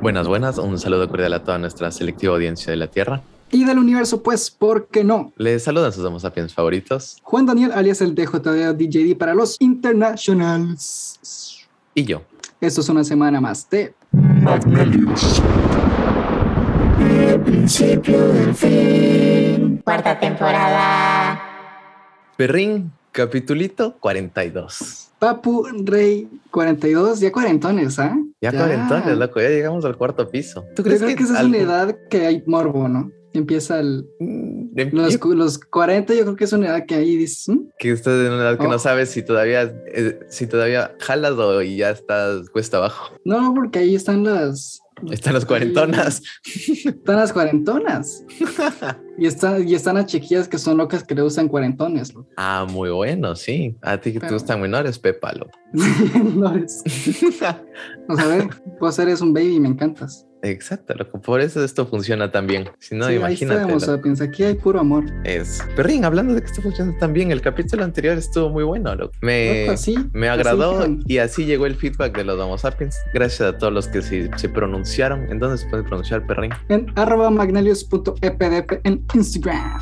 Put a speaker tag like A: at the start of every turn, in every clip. A: Buenas, buenas. Un saludo cordial a toda nuestra selectiva audiencia de la Tierra.
B: Y del universo, pues, ¿por qué no?
A: Les saludan sus Homo sapiens favoritos.
B: Juan Daniel, alias el DJD DJD para los internationals.
A: Y yo.
B: Esto es una semana más de...
C: El principio del fin. Cuarta temporada.
A: Perrín, capitulito 42.
B: Papu Rey 42, ya cuarentones, ¿ah?
A: Ya, cuarentones, loco. Ya llegamos al cuarto piso. ¿Tú
B: Yo creo que, esa es
A: algo-
B: una edad que hay morbo, ¿no? Empieza el,
A: Mm, de-
B: los, cu- los 40, yo creo que es una edad que ahí dices, "Mm,
A: Que estás en una edad que
B: Oh.
A: no sabes si todavía, eh, si todavía jalas o y ya estás cuesta abajo.
B: no, porque ahí están las...
A: Están las cuarentonas.
B: Están las cuarentonas. y, están, y están las chiquillas que son locas que le usan cuarentones, loco.
A: Ah, muy bueno, sí. A ti que te
B: Pero-
A: gustan menores, pépalo.
B: no es- O sea, a ver, vos eres un baby y me encantas.
A: Exacto, loco. Por eso esto funciona tan bien. Si no,
B: Sí, Ahí
A: imagínate.
B: está, Homo
A: loco.
B: sapiens, aquí hay puro amor.
A: Es. Perrín, hablando de que esto funciona tan bien, el capítulo anterior estuvo muy bueno, loco. Me,
B: Loco, así,
A: me
B: así
A: agradó
B: dijeron.
A: y así llegó el feedback de los Homo sapiens. Gracias a todos los que se, se pronunciaron. ¿En dónde se puede pronunciar, Perrín?
B: En arroba E magnelius.epdp en Instagram.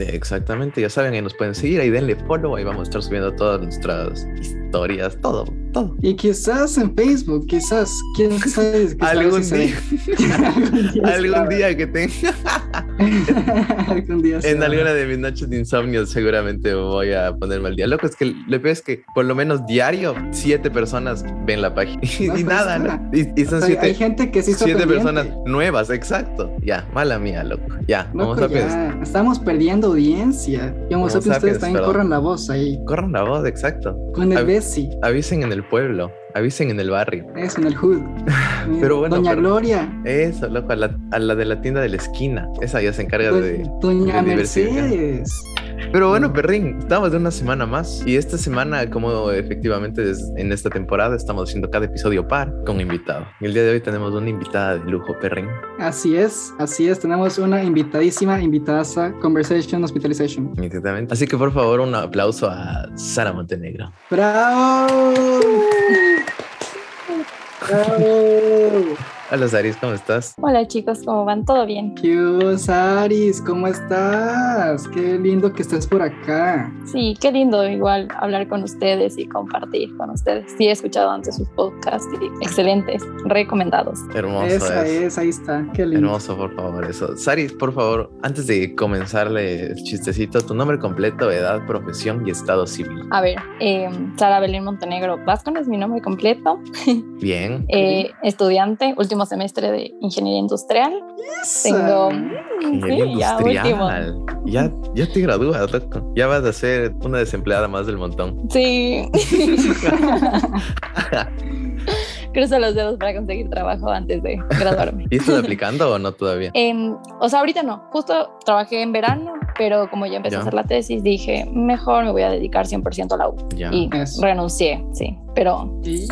A: Eh, Exactamente, ya saben, ahí nos pueden seguir, ahí denle follow, ahí vamos a estar subiendo todas nuestras historias, todo, todo.
B: Y quizás en Facebook, quizás, quién sabe. quizás
A: Algún
B: si se
A: día,
B: ve. algún día.
A: algún día que tenga,
B: día. algún día. se
A: en
B: va.
A: alguna de mis noches de insomnio seguramente voy a ponerme al día. Loco, es que lo peor es que por lo menos diario siete personas ven la página y,
B: No, pues,
A: nada, ¿no?
B: nada.
A: Y, y son
B: O sea,
A: siete,
B: Hay gente que sí está
A: siete
B: pendiente.
A: personas nuevas, exacto. Ya, mala mía, loco. Ya,
B: Loco,
A: vamos a pensar.
B: pues, ya, Estamos perdiendo audiencia. Y Homo
A: Homo
B: sapiens, ustedes
A: sapiens,
B: también
A: perdón.
B: corran la voz ahí.
A: Corran la voz, exacto.
B: Con el
A: Av-
B: Bessie,
A: Avisen en el pueblo, avisen en el barrio.
B: eso, en el Hood.
A: Pero bueno,
B: Doña
A: pero-
B: Gloria.
A: Eso, loco, a la, a la de la tienda de la esquina. Esa ya se encarga
B: Do-
A: de. Mm.
B: Doña
A: de diversificar.
B: Mercedes.
A: Pues Pero bueno, Perrín, estamos de una semana más. Y esta semana, como efectivamente es- en esta temporada, estamos haciendo cada episodio par con invitado. Y el día de hoy tenemos una invitada de lujo, Perrín.
B: Así es, así es. Tenemos una invitadísima, invitadaza, Conversation Hospitalization.
A: Exactamente. Así que por favor, un aplauso a Sara Montenegro.
B: ¡Bravo! ¡Bravo!
A: Hola, Saris, ¿cómo estás?
D: Hola chicos, ¿cómo van? ¿Todo bien?
B: Q, Saris, ¿cómo estás? Qué lindo que estés por acá.
D: Sí, qué lindo igual hablar con ustedes y compartir con ustedes. Sí, he escuchado antes sus podcasts y excelentes, recomendados.
A: Hermoso.
B: Esa
A: es.
B: es, ahí está. Qué lindo.
A: Hermoso, por favor, eso. Saris, por favor, antes de comenzarle el chistecito, tu nombre completo, edad, profesión y estado civil.
D: A ver, eh, Sara Belén Montenegro Vázquez, mi nombre completo,
A: Bien.
D: eh, estudiante, último semestre de Ingeniería Industrial. Tengo...
A: Ingeniería
D: Sí, ya último.
A: industrial. Ya, ya, te gradúas, loco. Ya vas a ser una desempleada más del montón.
D: Sí. Cruzo los dedos para conseguir trabajo antes de graduarme.
A: ¿Y estás aplicando o no todavía?
D: Em, o sea, ahorita no, justo trabajé en verano, pero como ya empecé
A: Ya.
D: a hacer la tesis, dije, mejor me voy a dedicar 100% a la U.
A: Ya.
D: Eh, Y
B: Eso.
D: renuncié, sí, pero
B: ¿Y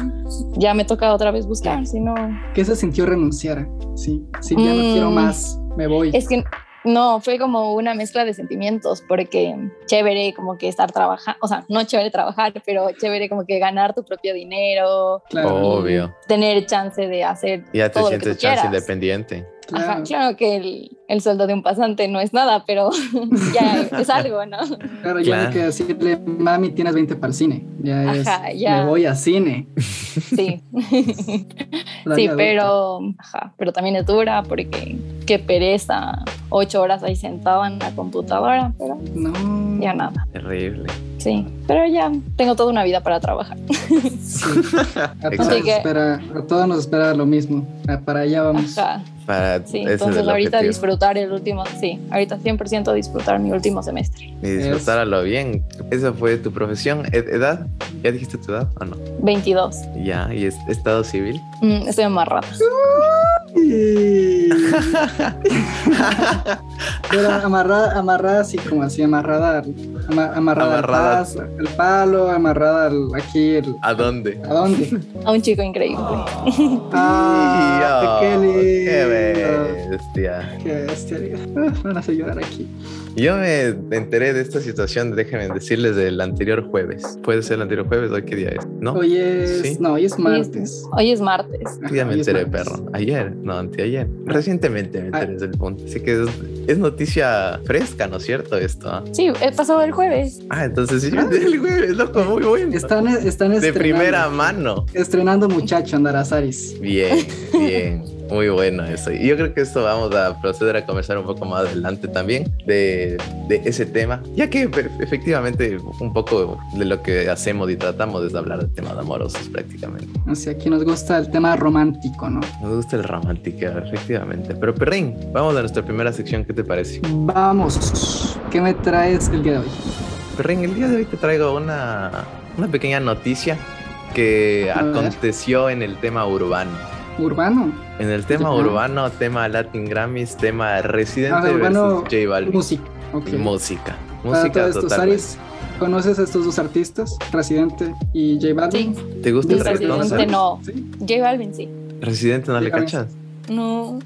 D: ya me toca otra vez buscar, si no...
B: ¿Qué se sintió renunciar? Sí, sí, ya no
D: Mm.
B: quiero más, me voy.
D: Es que no, fue como una mezcla de sentimientos, porque chévere como que estar trabajando, o sea, no chévere trabajar, pero chévere como que ganar tu propio dinero,
B: Claro,
A: Oh. Obvio.
D: tener chance de hacer...
A: Ya te
D: todo lo que
A: sientes
D: tú
A: chance
D: quieras.
A: independiente.
B: claro.
D: Ajá, claro que el, el sueldo de un pasante no es nada, pero ya es algo, ¿no?
B: Claro, ya no
A: Claro.
B: hay que decirle, mami, tienes 20 para el cine. Ya es,
D: Ajá, ya.
B: me voy a cine.
D: Sí.
B: La
D: Sí,
B: vida adulta.
D: pero, ajá, pero también es dura porque qué pereza, ocho horas ahí sentado en la computadora, pero
B: No.
D: ya nada,
A: Terrible.
D: sí, pero ya tengo toda una vida para trabajar.
B: Sí. A todos,
A: Exacto.
D: que-
B: nos espera, a todos nos espera lo mismo. Ah, Para allá vamos.
D: Ajá,
A: Para
D: sí,
A: Mm. ese es
D: entonces
A: el
D: ahorita
A: objetivo.
D: disfrutar el último, sí, ahorita 100% disfrutar mi último semestre,
A: Y disfrutar a lo bien. Esa fue tu profesión. Ed- ¿Edad? ¿Ya dijiste tu edad o no?
D: 22,
A: Ya. ¿Y es- estado civil?
D: Mm, estoy amarrada.
B: Y- Era amarrada, amarrada así como así, amarrada, al- ama- amarrada,
A: Amarrada.
B: Al, pas- al palo, amarrada al- aquí, el-
A: ¿A dónde?
B: ¿a dónde?
D: A un chico increíble.
B: Ah,
A: Y, oh,
B: qué
A: qué
B: lindo.
A: bestia.
B: Qué bestialidad. Ah, Me van a hacer llorar aquí.
A: Yo me enteré de esta situación, déjenme decirles, del anterior jueves. ¿Puede ser el anterior jueves? ¿Hoy qué día es? ¿No?
B: Hoy es,
A: Sí.
B: no, hoy es martes.
D: es- Hoy es martes.
A: Ya me
B: Hoy es
A: enteré,
B: martes.
A: perro. Ayer, no, anteayer. Recientemente me
B: Ah.
A: enteré del punto. Así que es, es noticia fresca, ¿no es cierto? Esto. ah?
D: Sí, eh, pasó el jueves.
A: Ah, entonces sí, me enteré el jueves, loco, muy bueno.
B: Están, están
A: de
B: estrenando,
A: primera mano.
B: estrenando muchacho Andarazaris.
A: Bien, bien. Muy bueno eso. Y yo creo que esto vamos a proceder a conversar un poco más adelante también de, de ese tema, ya que pe- efectivamente un poco de lo que hacemos y tratamos es hablar de temas amorosos prácticamente.
B: O sea, aquí nos gusta el tema romántico, ¿no?
A: Nos gusta el romántico, efectivamente. Pero Perrín, vamos a nuestra primera sección, ¿qué te parece?
B: Vamos, ¿qué me traes el día de hoy?
A: Perrín, el día de hoy te traigo una, una pequeña noticia que
B: A ver.
A: aconteció en el tema urbano.
B: Urbano,
A: En el tema
B: Ujú.
A: urbano, tema Latin Grammys, tema Residente
B: Ah,
A: versus
B: urbano,
A: J Balvin.
B: música. ok.
A: Música.
B: Para
A: Música
B: todos estos,
A: total.
B: Aris, ¿conoces a estos dos artistas? Residente y J Balvin.
D: Sí.
A: ¿Te gusta el
D: Dice
A: reggaetón?
D: Residente,
A: Sara?
D: no.
B: Sí.
D: J Balvin, sí.
A: Residente no le
B: J Balvin.
A: cachas.
D: No.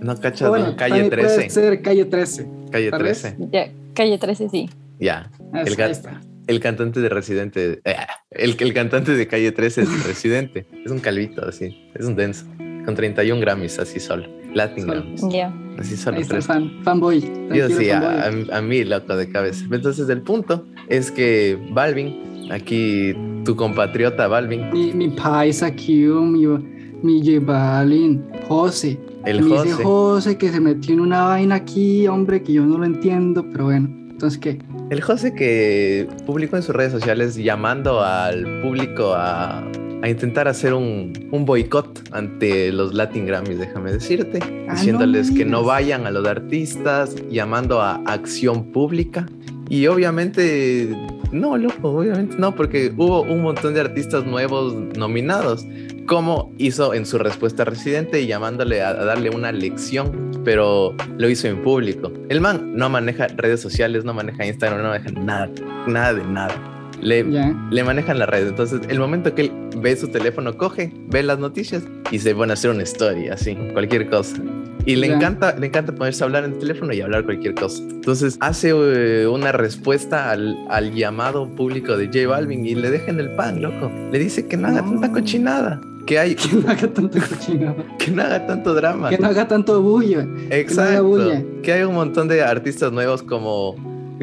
A: No cachas
B: Bueno,
A: no, calle
B: también Puede
A: 13.
B: ser calle 13.
A: Calle
B: tal vez.
A: 13.
D: Ya, calle 13, sí.
A: Ya.
B: Es-
A: El gato.
B: ahí está.
A: El cantante de Residente. eh, el, el cantante de Calle 13 es el Residente. Es un calvito así. Es un denso. Con 31 Grammys así solo. Latin
B: Solo.
A: Grammys.
D: Ya.
A: Así
B: Ahí
A: solo
B: está el
A: tres.
B: fan, fanboy.
A: Yo ah,
B: Tranquilo,
A: sí, a,
B: fanboy.
A: a- a mí loco de cabeza. Entonces el punto es que Balvin, aquí tu compatriota Balvin,
B: Mi, mi paisa Q, mi, mi J Balvin, José.
A: el
B: me
A: José,
B: dice José que se metió en una vaina aquí, hombre, que yo no lo entiendo, pero bueno. Entonces, ¿qué?
A: el José que publicó en sus redes sociales llamando al público a, a intentar hacer un, un boicot ante los Latin Grammys, déjame decirte,
B: Ah, no
A: diciéndoles que no
B: digas.
A: vayan a los artistas, llamando a acción pública. Y obviamente, no, loco, obviamente no, porque hubo un montón de artistas nuevos nominados, como hizo en su respuesta a Residente y llamándole a, a darle una lección, pero lo hizo en público. El man no maneja redes sociales, no maneja Instagram, no maneja nada, nada de nada. Le,
B: Ya.
A: le manejan la red. Entonces, el momento que él ve su teléfono, coge, ve las noticias y se pone a hacer una story, así, cualquier cosa. Y le
B: Ya.
A: encanta, le encanta ponerse a hablar en el teléfono y hablar cualquier cosa. Entonces, hace eh, una respuesta al, al llamado público de J Balvin y le deja en el pan, loco. Le dice que no haga
B: No.
A: tanta cochinada, que hay,
B: Que no haga tanto cochinado.
A: que no haga tanto drama.
B: Que no haga tanto bulla. haga
A: Exacto.
B: bulla.
A: Que hay un montón de artistas nuevos como,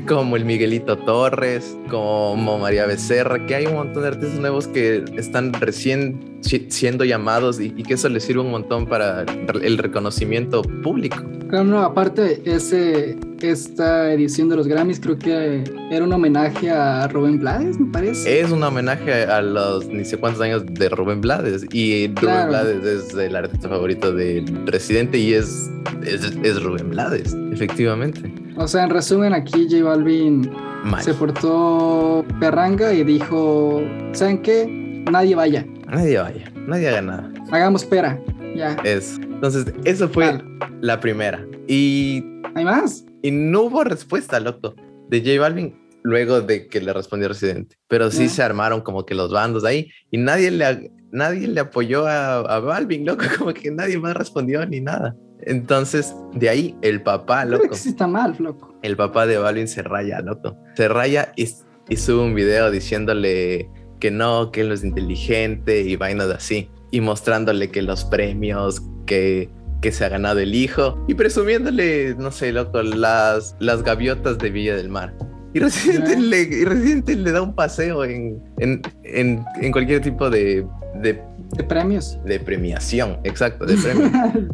A: como el Miguelito Torres, como María Becerra, que hay un montón de artistas nuevos que están recién si- siendo llamados y, y que eso les sirve un montón para el reconocimiento público.
B: Claro, no, aparte, ese, esta edición de los Grammys creo que era un homenaje a Rubén Blades, me parece.
A: Es un homenaje a los ni sé cuántos años de Rubén Blades y Rubén
B: Claro.
A: Blades es el artista favorito del Residente y es, es, es Rubén Blades, efectivamente.
B: O sea, en resumen, aquí J Balvin
A: Mal.
B: se portó perranga y dijo, ¿saben qué? Nadie vaya,
A: Nadie vaya, nadie haga nada.
B: hagamos pera. Ya,
A: Eso. Entonces, eso fue
B: Claro.
A: la primera. Y,
B: ¿hay más?
A: y no hubo respuesta, loco, de J Balvin luego de que le respondió Residente. Pero sí
B: Ya.
A: se armaron como que los bandos ahí y nadie le, a- nadie le apoyó a, a Balvin, loco, como que nadie más respondió ni nada. Entonces, de ahí el papá,
B: Creo
A: Ah, loco,
B: que sí está mal, loco.
A: el papá de Balvin se raya, loco. Se raya y, y sube un video diciéndole que no, que él no es inteligente y vainas así. Y mostrándole que los premios que, que se ha ganado el hijo. Y presumiéndole, no sé, loco, las, las gaviotas de Villa del Mar. Y Residente,
B: Ya.
A: le, y Residente le da un paseo en, en, en- en cualquier tipo de, de,
B: De premios.
A: de premiación. Exacto, de premio.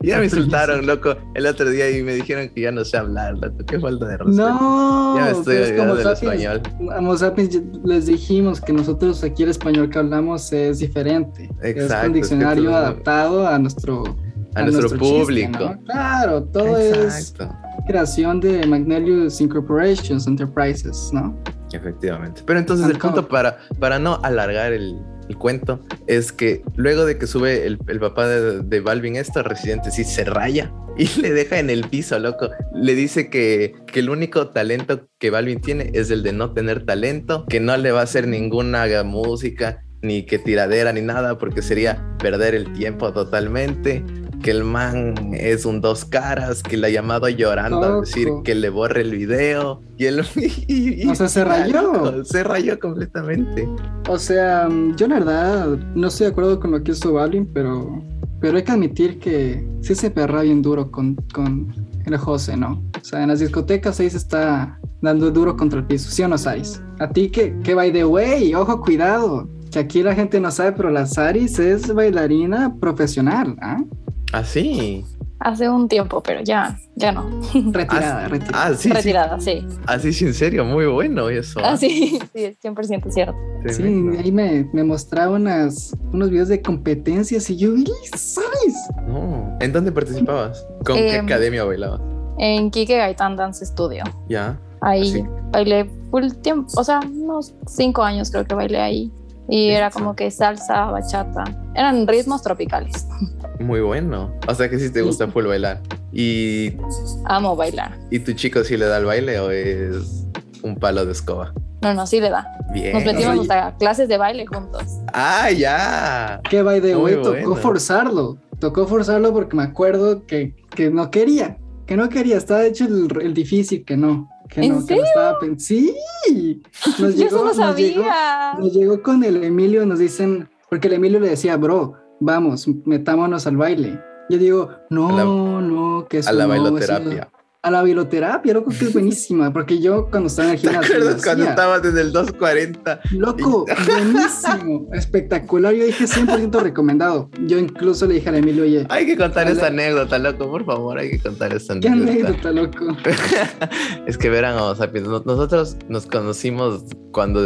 A: Ya me insultaron, loco, el otro día y me dijeron que ya no sé hablar, loco. Qué falta de respeto.
B: no,
A: ya me estoy
B: pero es como
A: olvidando del
B: sapiens.
A: español.
B: A Homo sapiens ya- les dijimos que nosotros aquí el español que hablamos es diferente.
A: Exacto,
B: es un diccionario
A: es que tú-
B: adaptado a nuestro,
A: A, nuestro,
B: chiste,
A: público.
B: ¿no? Claro, todo es
A: Exacto.
B: creación de Magnelius Incorporations Enterprises, ¿no?
A: Efectivamente. Pero entonces el
B: Ajá.
A: punto para, para no alargar el, el cuento es que luego de que sube el, el papá de, de, Balvin esto, Residente sí se raya y le deja en el piso, loco. Le dice que, que el único talento que Balvin tiene es el de no tener talento, que no le va a hacer ninguna música, ni que tiradera, ni nada, porque sería perder el tiempo totalmente que el man es un dos caras, que la ha llamado llorando Loco. a decir que le borre el video. Y él. Y,
B: y, o sea, se rayó.
A: Se rayó completamente.
B: O sea, yo la verdad no estoy de acuerdo con lo que hizo Balvin, pero, pero hay que admitir que sí se perra bien duro con, con el José, ¿no? O sea, en las discotecas ahí se está dando duro contra el piso, ¿sí o no, Saris? A ti que, que by the way, ojo, cuidado. Que aquí la gente no sabe, pero la Saris es bailarina profesional, ¿ah? ¿eh?
A: ¿Ah, sí?
D: Hace un tiempo, pero ya, ya no.
B: Retirada,
A: ah,
B: retirada. Ah,
A: sí,
D: retirada, sí.
A: sí. Así, sí, en serio, muy bueno eso.
D: Así, ah, sí, 100% cierto.
A: ah,
B: Sí, sí ahí me, me mostraba unas, unos videos de competencias y yo, ¿sabes?
A: No. ¿En dónde participabas? ¿Con eh,
D: Em.
A: qué academia bailabas?
D: En Kike Gaitán Dance Studio.
A: Ya.
D: Ahí así. bailé full tiempo, o sea, unos cinco años creo que bailé ahí. Y era como que salsa, bachata. Eran ritmos tropicales.
A: Muy bueno. O sea que sí te gusta full bailar. Y.
D: Amo bailar.
A: ¿Y tu chico sí le da el baile o es un palo de escoba?
D: No, no, sí le da.
A: Bien.
D: Nos metimos Oye. hasta clases de baile juntos.
A: ¡Ah, ya!
B: Que by the way, tocó bueno. forzarlo. Tocó forzarlo porque me acuerdo que, que no quería. Que no quería. Estaba hecho el, el difícil que no que
D: ¿En
B: no,
D: serio?
B: que no estaba Sí,
D: nos llegó, Yo eso no sabía.
B: Nos llegó, nos llegó, con el Emilio, nos dicen, porque el Emilio le decía, bro, vamos, metámonos al baile. Yo digo, no, la, no, que eso
A: A la
B: no,
A: bailoterapia. Eso,
B: a la bailoterapia, loco, que es buenísima, porque yo cuando estaba en el gimnasio.
A: ¿Te acuerdas cuando estabas desde el 240?
B: Loco, buenísimo, espectacular. Yo dije 100% recomendado. Yo incluso le dije a Emilio, oye.
A: Hay que contar esa anécdota, loco, por favor, hay que contar esa
B: anécdota. ¿Qué anécdota, loco?
A: es que verán, o sea, pues, nosotros nos conocimos cuando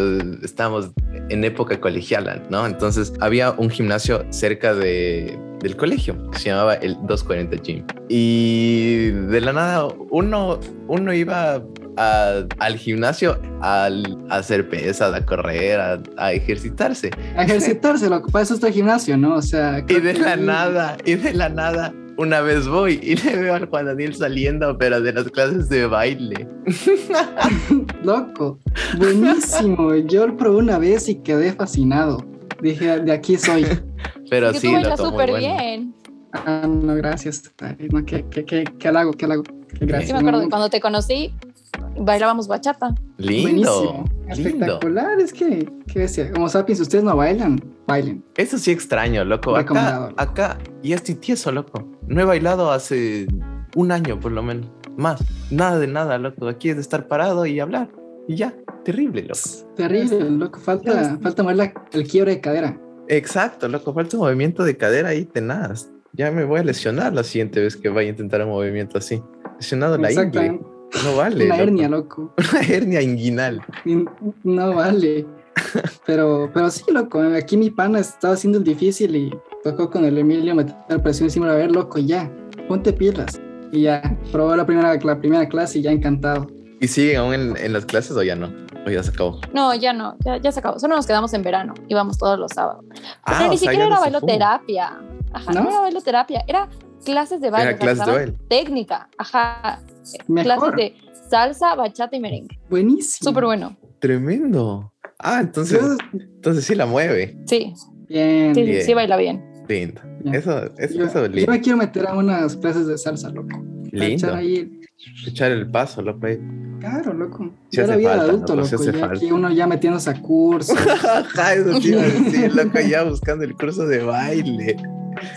A: estábamos en época colegial, ¿no? Entonces había un gimnasio cerca de, del colegio que se llamaba el 240 Gym. Y de la nada uno, uno iba a, al gimnasio al, a hacer pesas, a correr, a, a ejercitarse.
B: A ejercitarse, lo que pasa es el gimnasio, ¿no? O sea...
A: Y de la que... nada, y de la nada una vez voy y le veo al Juan Daniel saliendo, pero de las clases de baile.
B: Loco, buenísimo. Yo lo probé una vez y quedé fascinado. Dije, de aquí soy.
A: Pero sí, sí
D: tú loco, súper bueno. bien.
B: Ah, no, gracias. No, ¿qué, qué, qué, qué halago, qué halago. Qué gracias.
D: Sí, me acuerdo, cuando te conocí, bailábamos bachata.
A: Lindo.
B: Espectacular, lindo. es que, ¿qué decía? Como sapiens, ustedes no bailan, bailen.
A: Eso sí extraño, loco. Acá, acá, y estoy tieso, loco. No he bailado hace un año, por lo menos. Más, nada de nada, loco. Aquí es de estar parado y hablar. Y ya, terrible, loco.
B: Terrible, loco. Falta, falta mover la, el quiebre de cadera.
A: Exacto, loco. Falta un movimiento de cadera y tenaz. Ya me voy a lesionar la siguiente vez que vaya a intentar un movimiento así. Lesionado la ingle. No vale.
B: Una hernia, loco.
A: Una hernia inguinal.
B: No vale. Pero, pero sí, loco. eh, Aquí mi pana estaba haciendo el difícil y tocó con el Emilio meter presión encima. A ver, loco, ya. Ponte pilas. Y ya, probó la primera, la primera clase y ya encantado.
A: ¿Y siguen aún en, en las clases o ya no? ¿O ya se acabó?
D: No, ya no, ya, ya se acabó. Solo nos quedamos en verano. Íbamos todos los sábados. Ah, pero ni sea, siquiera era no bailoterapia. Ajá, ¿No? no era bailoterapia. Era clases de baile,
A: clases de baile.
D: técnica, ajá, Mejor. clases de salsa, bachata y merengue.
B: Buenísimo.
D: Súper bueno.
A: Tremendo. Ah, entonces, entonces sí la mueve.
D: Sí.
B: Bien.
D: Sí,
B: bien.
D: sí baila bien.
A: Lindo. Bien. Eso, eso,
B: yo,
A: eso
B: lindo. Yo me quiero meter a unas clases de salsa, loco.
A: Lindo. Echar, ahí... echar el paso, loco.
B: Claro, loco. Ya la vida falta, de adulto, loco. loco. Ya aquí uno ya metiéndose a cursos.
A: Ajá, eso te iba a decir, loco, ya buscando el curso de baile.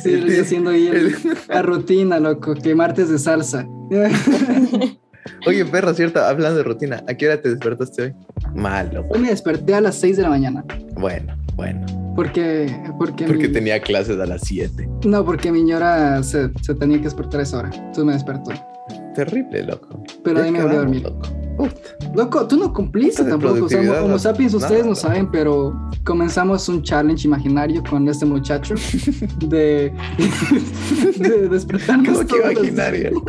B: Sí, el, estoy haciendo ahí el, el, la rutina, loco, que martes de salsa.
A: Oye, perro, cierto, hablando de rutina, ¿a qué hora te despertaste hoy? Malo.
B: Hoy me desperté a las 6 de la mañana.
A: Bueno, bueno.
B: Porque, porque,
A: porque mi... tenía clases a las 7.
B: No, porque mi ñora se, se, tenía que despertar a esa hora. Entonces me despertó.
A: Terrible, loco.
B: Pero ahí me volví a dormir. Loco. Uf. Loco, tú no cumpliste tampoco. O sea, como no, sapiens, ustedes no, no, no, saben, pero comenzamos un challenge imaginario con este muchacho de, de despertarnos.
A: ¿Cómo que imaginario?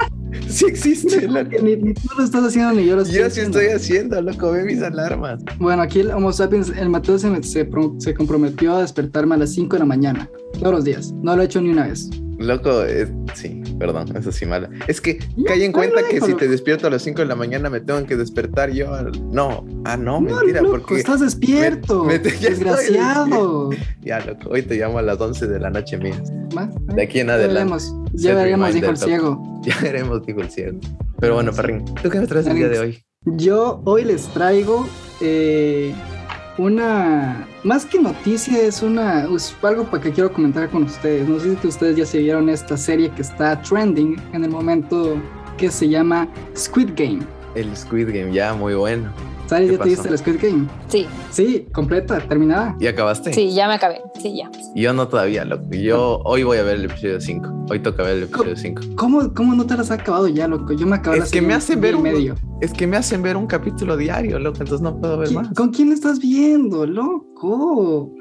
A: Sí existe.
B: No, que ni, ni, tú lo estás haciendo ni yo lo estoy
A: Yo sí estoy haciendo, loco, ve mis alarmas.
B: Bueno, aquí el Homo sapiens, el Mateo se, me- se, pro- se comprometió a despertarme a las 5 de la mañana, todos los días. No lo he hecho ni una vez.
A: Loco, eh, sí, perdón, eso sí mala. Es que cae en cuenta que si te despierto a las 5 de la mañana me tengo que despertar yo. al- No, ah, no,
B: No,
A: mentira,
B: loco,
A: porque
B: estás despierto.
A: me- ya estoy
B: desgraciado.
A: ya, loco, hoy te llamo a las 11 de la noche mía.
B: Va, va.
A: De aquí en
B: Ya
A: adelante.
B: veremos,
A: Set
B: ya veremos, dijo el
A: reminder,
B: ciego.
A: Ya veremos, dijo el cielo. Pero bueno, Parrín, ¿tú qué nos traes el día de hoy?
B: Yo hoy les traigo eh, una, más que noticia, es una es algo para que quiero comentar con ustedes. No sé si ustedes ya se vieron esta serie que está trending en el momento que se llama Squid Game.
A: El Squid Game, ya, muy bueno.
B: ¿Sabes?
A: ¿Qué
B: ¿Ya te
A: pasó?
B: viste el Squid Game?
D: Sí,
B: Sí, completa, terminada.
A: ¿Y acabaste?
D: sí, ya me acabé. Sí, ya.
A: Yo no todavía, loco. Yo hoy voy a ver el episodio 5. Hoy toca ver el episodio 5.
B: ¿Cómo, cómo no te las has acabado ya, loco? Yo me acabé
A: Es
B: la
A: que
B: serie
A: me
B: en
A: hace
B: un
A: ver
B: día y
A: un-
B: medio.
A: Es que me hacen ver un capítulo diario, loco, entonces no puedo ver
B: ¿Qui-
A: más.
B: ¿Con quién estás viendo, loco?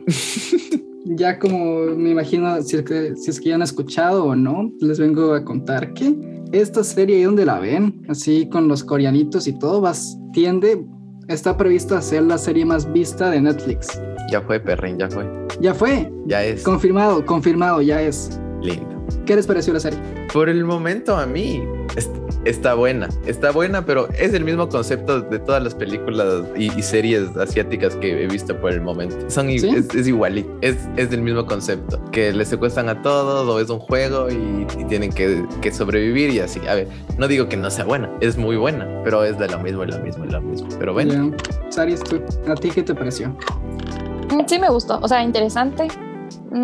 B: ya como me imagino, si es, que, si es que ya han escuchado o no, les vengo a contar que esta serie ahí donde la ven, así con los coreanitos y todo, vas, tiende, está prevista a ser la serie más vista de Netflix.
A: Ya fue, Perrin, ya fue.
B: Ya fue,
A: Ya es
B: confirmado, confirmado, ya es.
A: lindo.
B: ¿Qué les pareció la serie?
A: Por el momento a mí es- está buena, está buena, pero es el mismo concepto de todas las películas y, y series asiáticas que he visto por el momento. Son i-
B: ¿Sí?
A: es, es igualito, es, es del mismo concepto, que les secuestran a todos o es un juego y, y tienen que, que sobrevivir y así. A ver, no digo que no sea buena, es muy buena, pero es de lo mismo, lo mismo, lo mismo. Pero bueno,
B: Ya. Saris, tú, ¿a ti qué te pareció?
D: Mm, Sí me gustó, o sea, interesante.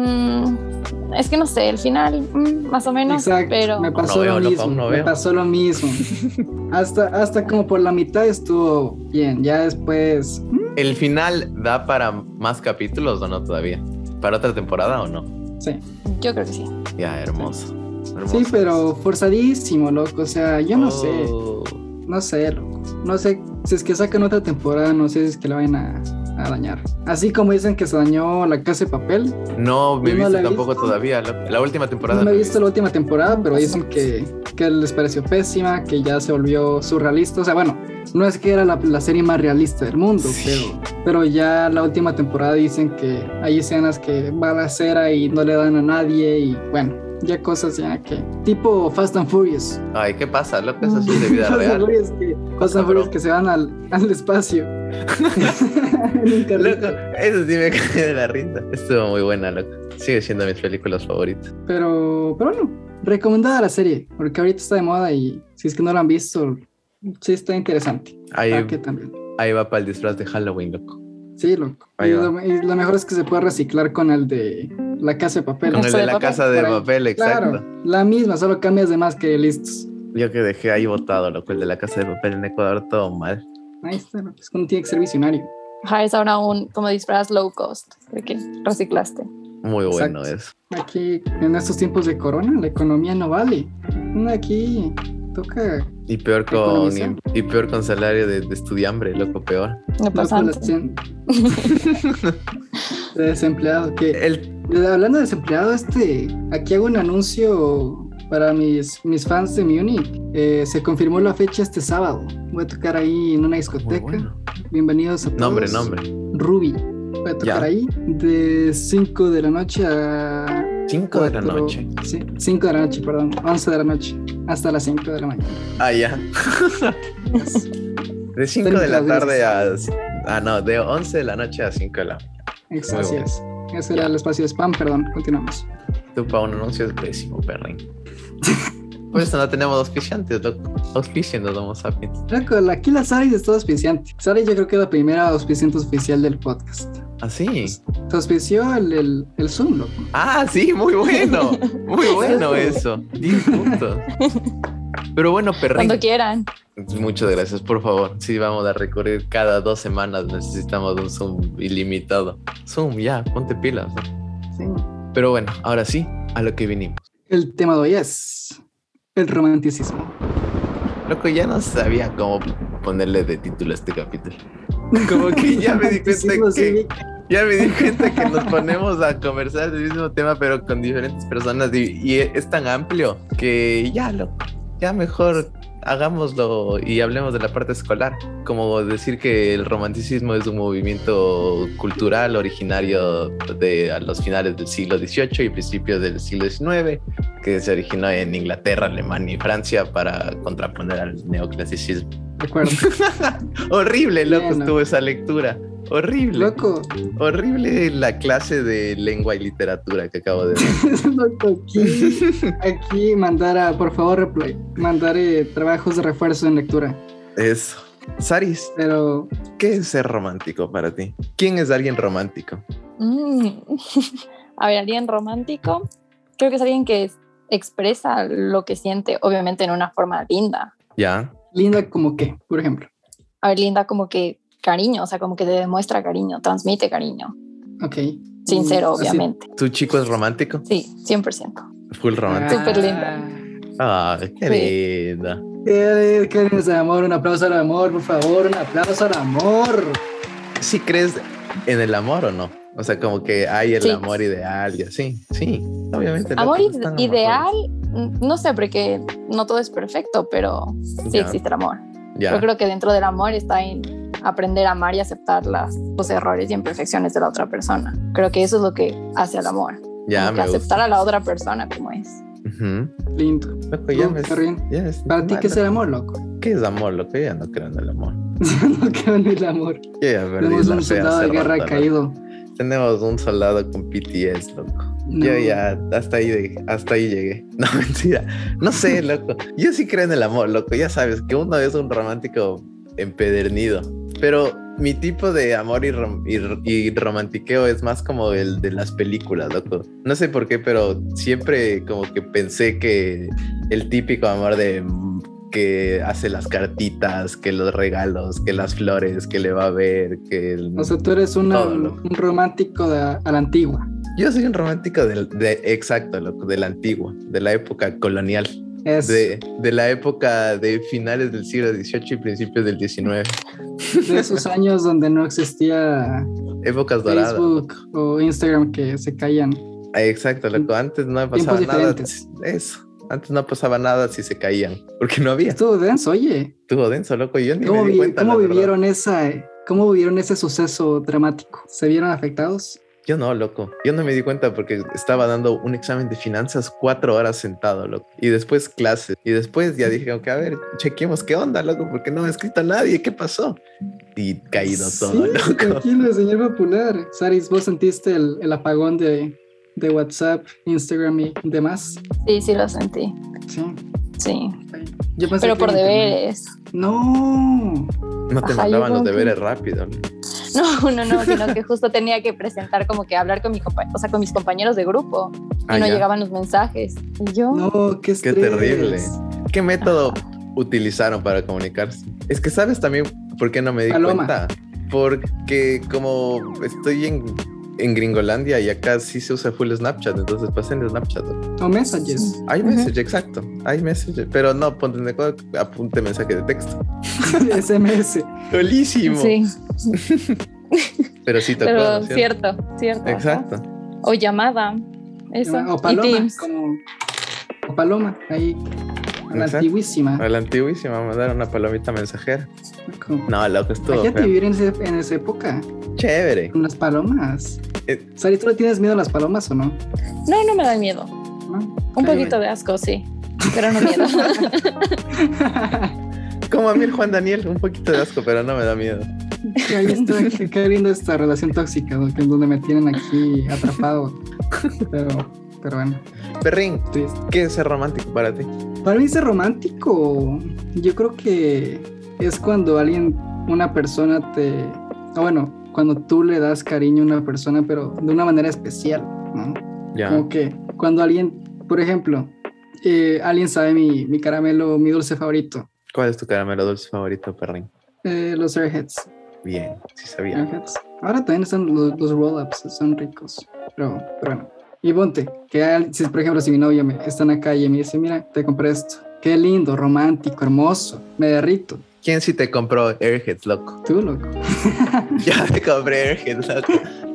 D: Mm, es que no sé, el final, mm, más o menos, pero
B: me pasó
A: No veo,
B: lo
A: loco,
B: mismo.
A: no
B: me
A: veo.
B: pasó lo mismo. hasta, hasta como por la mitad estuvo bien. Ya después.
A: ¿el final da para más capítulos o no todavía? ¿Para otra temporada o no?
B: Sí.
D: yo creo que sí.
A: Ya, hermoso. hermoso.
B: Sí, pero forzadísimo, loco. O sea, yo no sé.
A: Oh,
B: No sé, loco. No sé. Si es que sacan otra temporada, no sé si es que la vayan a, a dañar. Así como dicen que se dañó la casa de papel.
A: No me he
B: Yo no
A: visto
B: la he
A: tampoco
B: visto.
A: todavía. La, la última temporada.
B: No
A: no Ah,
B: he
A: la
B: visto la última temporada, pero dicen que,
A: pues
B: que les pareció pésima, que ya se volvió surrealista. O sea, bueno, no es que era la, la serie más realista del mundo,
A: Sí.
B: pero, pero ya la última temporada dicen que hay escenas que van a cera y no le dan a nadie y bueno, ya cosas ya que... Tipo Fast and Furious.
A: Ay, ¿qué pasa? Loco, eso sí es de vida
B: Fast and
A: real.
B: Furious que, Fast and Furious que se van al, al espacio. En un carrito.
A: Loco, eso sí me cae de la risa. Estuvo muy buena, loco. Sigue siendo mis películas favoritas.
B: Pero, pero bueno, recomendada la serie, porque ahorita está de moda y si es que no la han visto, sí está interesante.
A: Ahí,
B: ¿Para Ah, qué también?
A: ahí va para el disfraz de Halloween, loco.
B: Sí, loco. Y
A: Ahí va.
B: lo, y lo mejor es que se puede reciclar con el de la casa de papel.
A: Con el
D: Casa
A: de
D: de
A: la
D: papel,
A: casa de
B: por ahí.
A: papel, exacto.
B: Claro, la misma, solo cambias de más que listos.
A: Yo que dejé ahí botado, loco, el de la casa de papel en Ecuador, todo mal.
B: Ahí está, loco. Es que uno tiene que ser visionario.
D: Ajá, es ahora un como disfraz low cost, porque reciclaste.
A: Muy bueno
B: Exacto.
A: eso.
B: Aquí, en estos tiempos de corona, la economía no vale. Uno Aquí toca
A: Y peor con,
B: Economizar.
A: y peor con salario de, de estudiambre, loco, peor.
D: No
B: loco,
D: pasa nada.
B: las cien- de desempleado. Que
A: El,
B: Hablando de desempleado, este, aquí hago un anuncio para mis, mis fans de Munich. Eh, se confirmó la fecha este sábado. Voy a tocar ahí en una
A: muy
B: discoteca.
A: bueno.
B: Bienvenidos a todos.
A: Nombre, nombre.
B: Ruby. Voy a tocar
A: Ya.
B: ahí de 5 de la noche a...
A: 5 de la
B: cuatro-
A: noche.
B: Sí, 5 de la noche, perdón. 11 de la noche hasta las 5 de la mañana.
A: Ah, ya. De 5 de la
B: Entonces,
A: tarde a. Ah, no, de 11 de la noche a 5 de la mañana.
B: Ex-
A: Muy
B: Así
A: bueno.
B: es. Ese era el espacio de spam, perdón. Continuamos.
A: Tú para un anuncio es pésimo, perrín. Por eso no tenemos auspiciantes, loco. Auspicios nos vamos a
B: Loco, aquí la Sari está auspiciante. Sari yo creo que es la primera auspiciante oficial del podcast.
A: Ah, sí.
B: Te auspició el, el, el Zoom, loco.
A: Ah, sí, muy bueno. Muy bueno eso. 10 puntos. Pero bueno,
D: Cuando
A: perrín.
D: quieran.
A: Muchas gracias, por favor. Sí, vamos a recurrir cada dos semanas. Necesitamos un Zoom ilimitado. Zoom, ya, ponte pilas. ¿no?
B: Sí.
A: Pero bueno, ahora sí, a lo que vinimos.
B: El tema de hoy es el romanticismo.
A: Loco, ya no sabía cómo ponerle de título a este capítulo. Como que ya me di cuenta
B: Romanticismo,
A: que
B: Pues sí.
A: ya me di cuenta que nos ponemos a conversar del mismo tema, pero con diferentes personas y, y es tan amplio que ya, loco. ya mejor hagámoslo y hablemos de la parte escolar, como decir que el romanticismo es un movimiento cultural originario de a los finales del siglo XVIII y principios del siglo XIX, que se originó en Inglaterra, Alemania y Francia para contraponer al neoclasicismo.
B: De acuerdo.
A: Horrible, loco, Bien, estuvo no. esa lectura. Horrible.
B: Loco.
A: Horrible la clase de lengua y literatura que acabo de
B: ver. Loco, aquí, aquí mandar a, por favor, reply, mandar eh, trabajos de refuerzo en lectura.
A: Eso. Saris,
B: pero
A: ¿qué es ser romántico para ti? ¿Quién es alguien romántico?
D: Mm. A ver, alguien romántico, creo que es alguien que expresa lo que siente, obviamente en una forma linda.
A: Ya.
B: Linda como qué, por ejemplo.
D: A ver, linda como que cariño, o sea, como que te demuestra cariño, transmite cariño.
B: Ok. Mm,
D: Sincero, Mm, Así, obviamente.
A: ¿Tu chico es romántico?
D: Sí, 100%.
A: Full
B: Ah.
A: romántico.
D: Súper linda.
A: Ah, qué sí. linda.
B: Qué, qué lindo es el amor, un aplauso al amor, por favor, un aplauso al amor.
A: ¿Sí crees en el amor o no? O sea, como que hay el sí. amor ideal y así. Sí, obviamente.
D: Amor ideal, no sé, porque no todo es perfecto, pero sí ya. existe el amor. Ya. Yo creo que dentro del amor está en aprender a amar y aceptar las, los errores y imperfecciones de la otra persona. Creo que eso es lo que hace al amor.
A: Ya,
D: me aceptar a la otra persona como es.
A: Uh -huh.
B: Lindo.
A: Loco, ya, me, ya
B: es ¿Para ti qué es el amor, loco?
A: ¿Qué es amor, loco? Yo ya no creo en el amor.
B: no creo en el amor.
A: Yo ya perdí
B: Tenemos un soldado de guerra
A: rato,
B: caído. Loco.
A: Tenemos un soldado con PTS, loco. No. Yo ya hasta ahí, de, hasta ahí llegué. No, mentira. No sé, loco. Yo sí creo en el amor, loco. Ya sabes que uno es un romántico empedernido. Pero mi tipo de amor y, rom y, y, romantiqueo es más como el de las películas, loco. No sé por qué, pero siempre como que pensé que el típico amor de que hace las cartitas, que los regalos, que las flores, que le va a ver, que... El...
B: O sea, tú eres una, Todo, un romántico de, a la antigua.
A: Yo soy un romántico del, de, exacto, loco, de la antigua, de la época colonial. De, de, la época de finales del siglo XVIII y principios del XIX.
B: De esos años donde no existía
A: épocas doradas. Ah,
B: Facebook o Instagram que se caían.
A: Exacto, loco. Antes no pasaba nada. Eso. Antes no pasaba nada si se caían, porque no había.
B: Estuvo denso, oye.
A: Estuvo denso, loco. Yo ni me di
B: vi,
A: cuenta.
B: ¿Cómo vivieron verdad? esa? Eh? ¿Cómo vivieron ese suceso dramático? ¿Se vieron afectados?
A: Yo no, loco. Yo no me di cuenta porque estaba dando un examen de finanzas cuatro horas sentado, loco. Y después clases. Y después ya dije, ok, a ver, chequemos qué onda, loco, porque no me ha escrito nadie. ¿Qué pasó? Y caído
B: sí,
A: todo, loco.
B: Tranquilo, señor popular. Saris, ¿vos sentiste el, el apagón de, de, WhatsApp, Instagram y demás?
D: Sí, sí lo sentí.
B: Sí.
D: Sí. Yo pensé Pero por deberes.
B: No.
A: No te Ajá, mandaban los deberes que... rápido. ¿no?
D: No, no, no, sino que justo tenía que presentar como que hablar con, mi o sea, con mis compañeros de grupo ah, y no ya. llegaban los mensajes. Y yo...
B: No, qué,
A: qué terrible. ¿Qué método Ajá. utilizaron para comunicarse? Es que sabes también por qué no me di
B: Paloma.
A: cuenta. Porque como estoy en, en, Gringolandia y acá sí se usa full Snapchat, entonces pasen el Snapchat.
B: O messages.
A: Hay message, exacto. Hay message. Pero no, ponte, apunte mensaje de texto.
B: SMS.
A: Dolísimo.
D: Sí.
A: Pero sí tocó.
D: Pero
A: ¿no?
D: cierto, cierto.
A: Exacto.
D: Ajá. O llamada. Eso.
B: O Paloma. Y Teams. Como, o Paloma, ahí. A la antiguísima.
A: A la antiguísima, mandar una palomita mensajera.
B: ¿Cómo?
A: No, loco, estuvo.
B: Fíjate vivir en, ese, en, esa época.
A: Chévere.
B: Con las palomas. Eh. Sari, ¿tú le tienes miedo a las palomas o no?
D: No, no me dan miedo.
B: ¿No?
D: Un Chévere. poquito de asco, sí. Pero no miedo.
A: Como a mí, Juan Daniel, un poquito de asco, pero no me da miedo.
B: Qué, qué linda esta relación tóxica, ¿no? que es donde me tienen aquí atrapado. Pero, pero bueno.
A: Perrín, ¿qué es ser romántico para ti?
B: Para mí ser romántico, yo creo que es cuando alguien, una persona te... O bueno, cuando tú le das cariño a una persona, pero de una manera especial, ¿no?
A: Ya.
B: Como que cuando alguien, por ejemplo, eh, alguien sabe mi, mi caramelo, mi dulce favorito.
A: ¿Cuál es tu caramelo dulce favorito, Perrín?
B: Eh, los Airheads.
A: Bien, sí sabía. Airheads.
B: Ahora también están los, los roll-ups, son ricos. Pero, pero, bueno. Y ponte, que si, por ejemplo, si mi novia me, está en la calle y me dice, mira, te compré esto. Qué lindo, romántico, hermoso. Me derrito.
A: ¿Quién sí te compró Airheads, loco?
B: Tú, loco.
A: ya te compré Airheads, loco.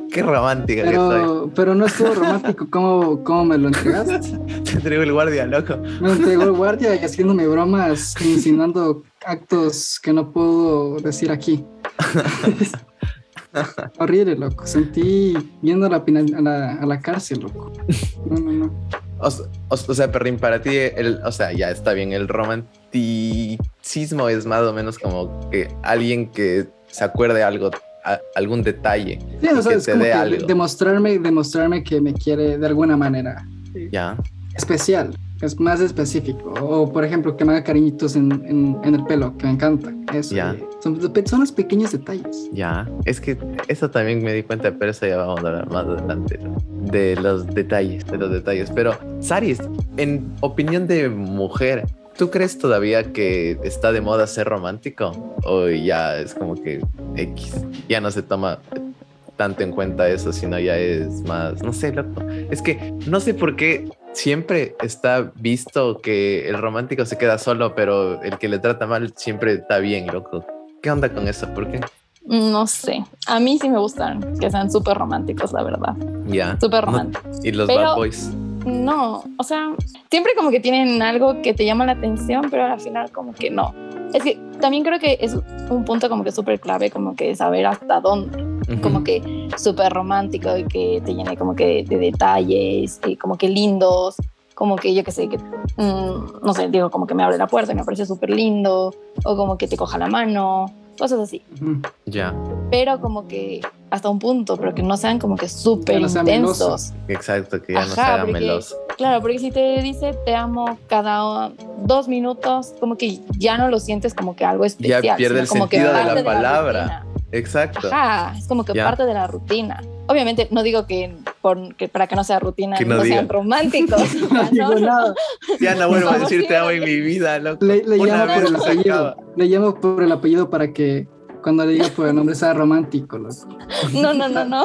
A: Qué romántica
B: pero,
A: que soy.
B: Pero no estuvo romántico. ¿Cómo, cómo me lo entregaste?
A: Te entregó el guardia, loco.
B: Me entregó el guardia y haciéndome bromas, insinuando actos que no puedo decir aquí. Horrible, loco. Sentí yendo a la, a la, a la cárcel, loco. No, no, no.
A: O, o, o, sea, Perrin, para ti, el, o sea, ya está bien, el romanticismo es más o menos como que alguien que se acuerde algo, a, algún detalle.
B: Sí, o sea, que es te como dé que algo. Demostrarme, demostrarme que me quiere de alguna manera.
A: Ya.
B: Especial, es más específico. O, por ejemplo, que me haga cariñitos en, en, en el pelo, que me encanta. Eso.
A: Ya.
B: Son, son, los pequeños detalles.
A: Ya, es que eso también me di cuenta, pero eso ya vamos a hablar más adelante de los detalles, de los detalles. Pero, Saris, en opinión de mujer, ¿tú crees todavía que está de moda ser romántico? ¿O ya es como que X? Ya no se toma tanto en cuenta eso, sino ya es más, no sé, loco. Es que no sé por qué siempre está visto que el romántico se queda solo, pero el que le trata mal siempre está bien, loco. ¿Qué onda con eso? ¿Por qué?
D: No sé. A mí sí me gustan que sean súper románticos, la verdad.
A: Ya.
D: Yeah. Súper románticos.
A: y los pero, bad boys.
D: No, o sea, siempre como que tienen algo que te llama la atención, pero al final como que no. Es que también creo que es un punto como que súper clave, como que saber hasta dónde. Uh -huh. Como que súper romántico y que te llene como que de detalles, y como que lindos, como que yo que sé, que mm, no sé, digo como que me abre la puerta y me parece súper lindo, o como que te coja la mano, cosas así.
A: Uh -huh. Ya. Yeah.
D: Pero como que hasta un punto, pero que no sean como que súper no intensos.
A: Exacto, que ya Ajá, no sean porque, melosos.
D: Claro, porque si te dice te amo cada dos minutos, como que ya no lo sientes como que algo especial.
A: Ya pierde el
D: como
A: sentido que de la palabra. De la Exacto.
D: Ajá, es como que yeah. parte de la rutina. Obviamente no digo que, por, que para que no sea rutina
A: que
D: no, no sean románticos.
B: no, no digo nada.
A: Ya no vuelvo a decir te amo en mi vida, loco.
B: Le, le llamo por el apellido. Acaba. Le llamo por el apellido para que cuando le diga por el nombre sea romántico, loco.
D: No, no, no, no.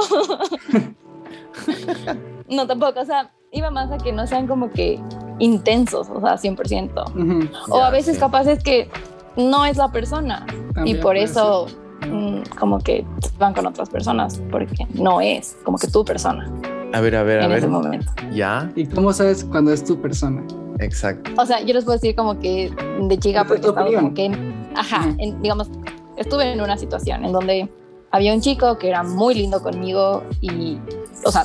D: no tampoco, o sea, iba más a que no sean como que intensos, o sea,
B: 100%. Uh -huh.
D: O yeah, a veces sí. capaz es que no es la persona
B: Ah,
D: También y por
B: pues,
D: eso ser como que van con otras personas porque no es como que tu persona.
A: A ver, a ver,
D: en
A: a ver.
D: Ese momento.
A: ¿Ya?
B: ¿Y cómo sabes cuando es tu persona?
A: Exacto.
D: O sea, yo les puedo decir como que de chica porque estaba como que, ajá, en, digamos, estuve en una situación en donde había un chico que era muy lindo conmigo y, o sea,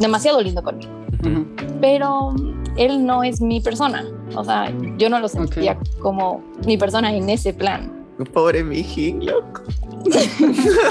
D: demasiado lindo conmigo. Uh -huh. Pero él no es mi persona. O sea, yo no lo sentía okay. como mi persona en ese plan.
A: Pobre mijín, loco.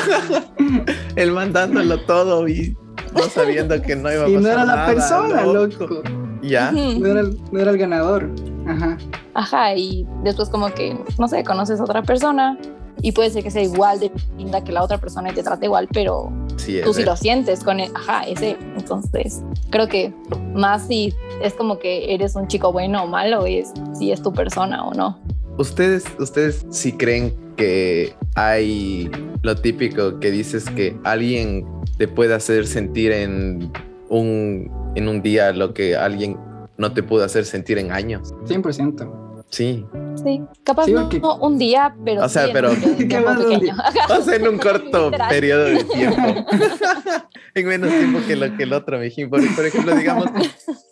A: Él mandándolo todo y no sabiendo que no iba a pasar.
B: Y no era la nada, persona, loco. loco.
A: Ya. Uh
B: -huh. no, era el, no, era el, ganador. Ajá.
D: Ajá, y después, como que, no sé, conoces a otra persona y puede ser que sea igual de linda que la otra persona y te trate igual, pero
A: sí,
D: tú sí él. lo sientes con él. Ajá, ese. Entonces, creo que más si es como que eres un chico bueno o malo, es si es tu persona o no.
A: ¿Ustedes, ustedes si sí creen que hay lo típico que dices que alguien te puede hacer sentir en un, en un día lo que alguien no te pudo hacer sentir en años?
B: 100%.
A: Sí.
D: Sí, capaz sí, porque... no un día, pero.
A: O sea,
D: sí,
A: pero. O sea, en un corto periodo de tiempo. en menos tiempo que, lo, que el otro, mijín. Por, por ejemplo, digamos,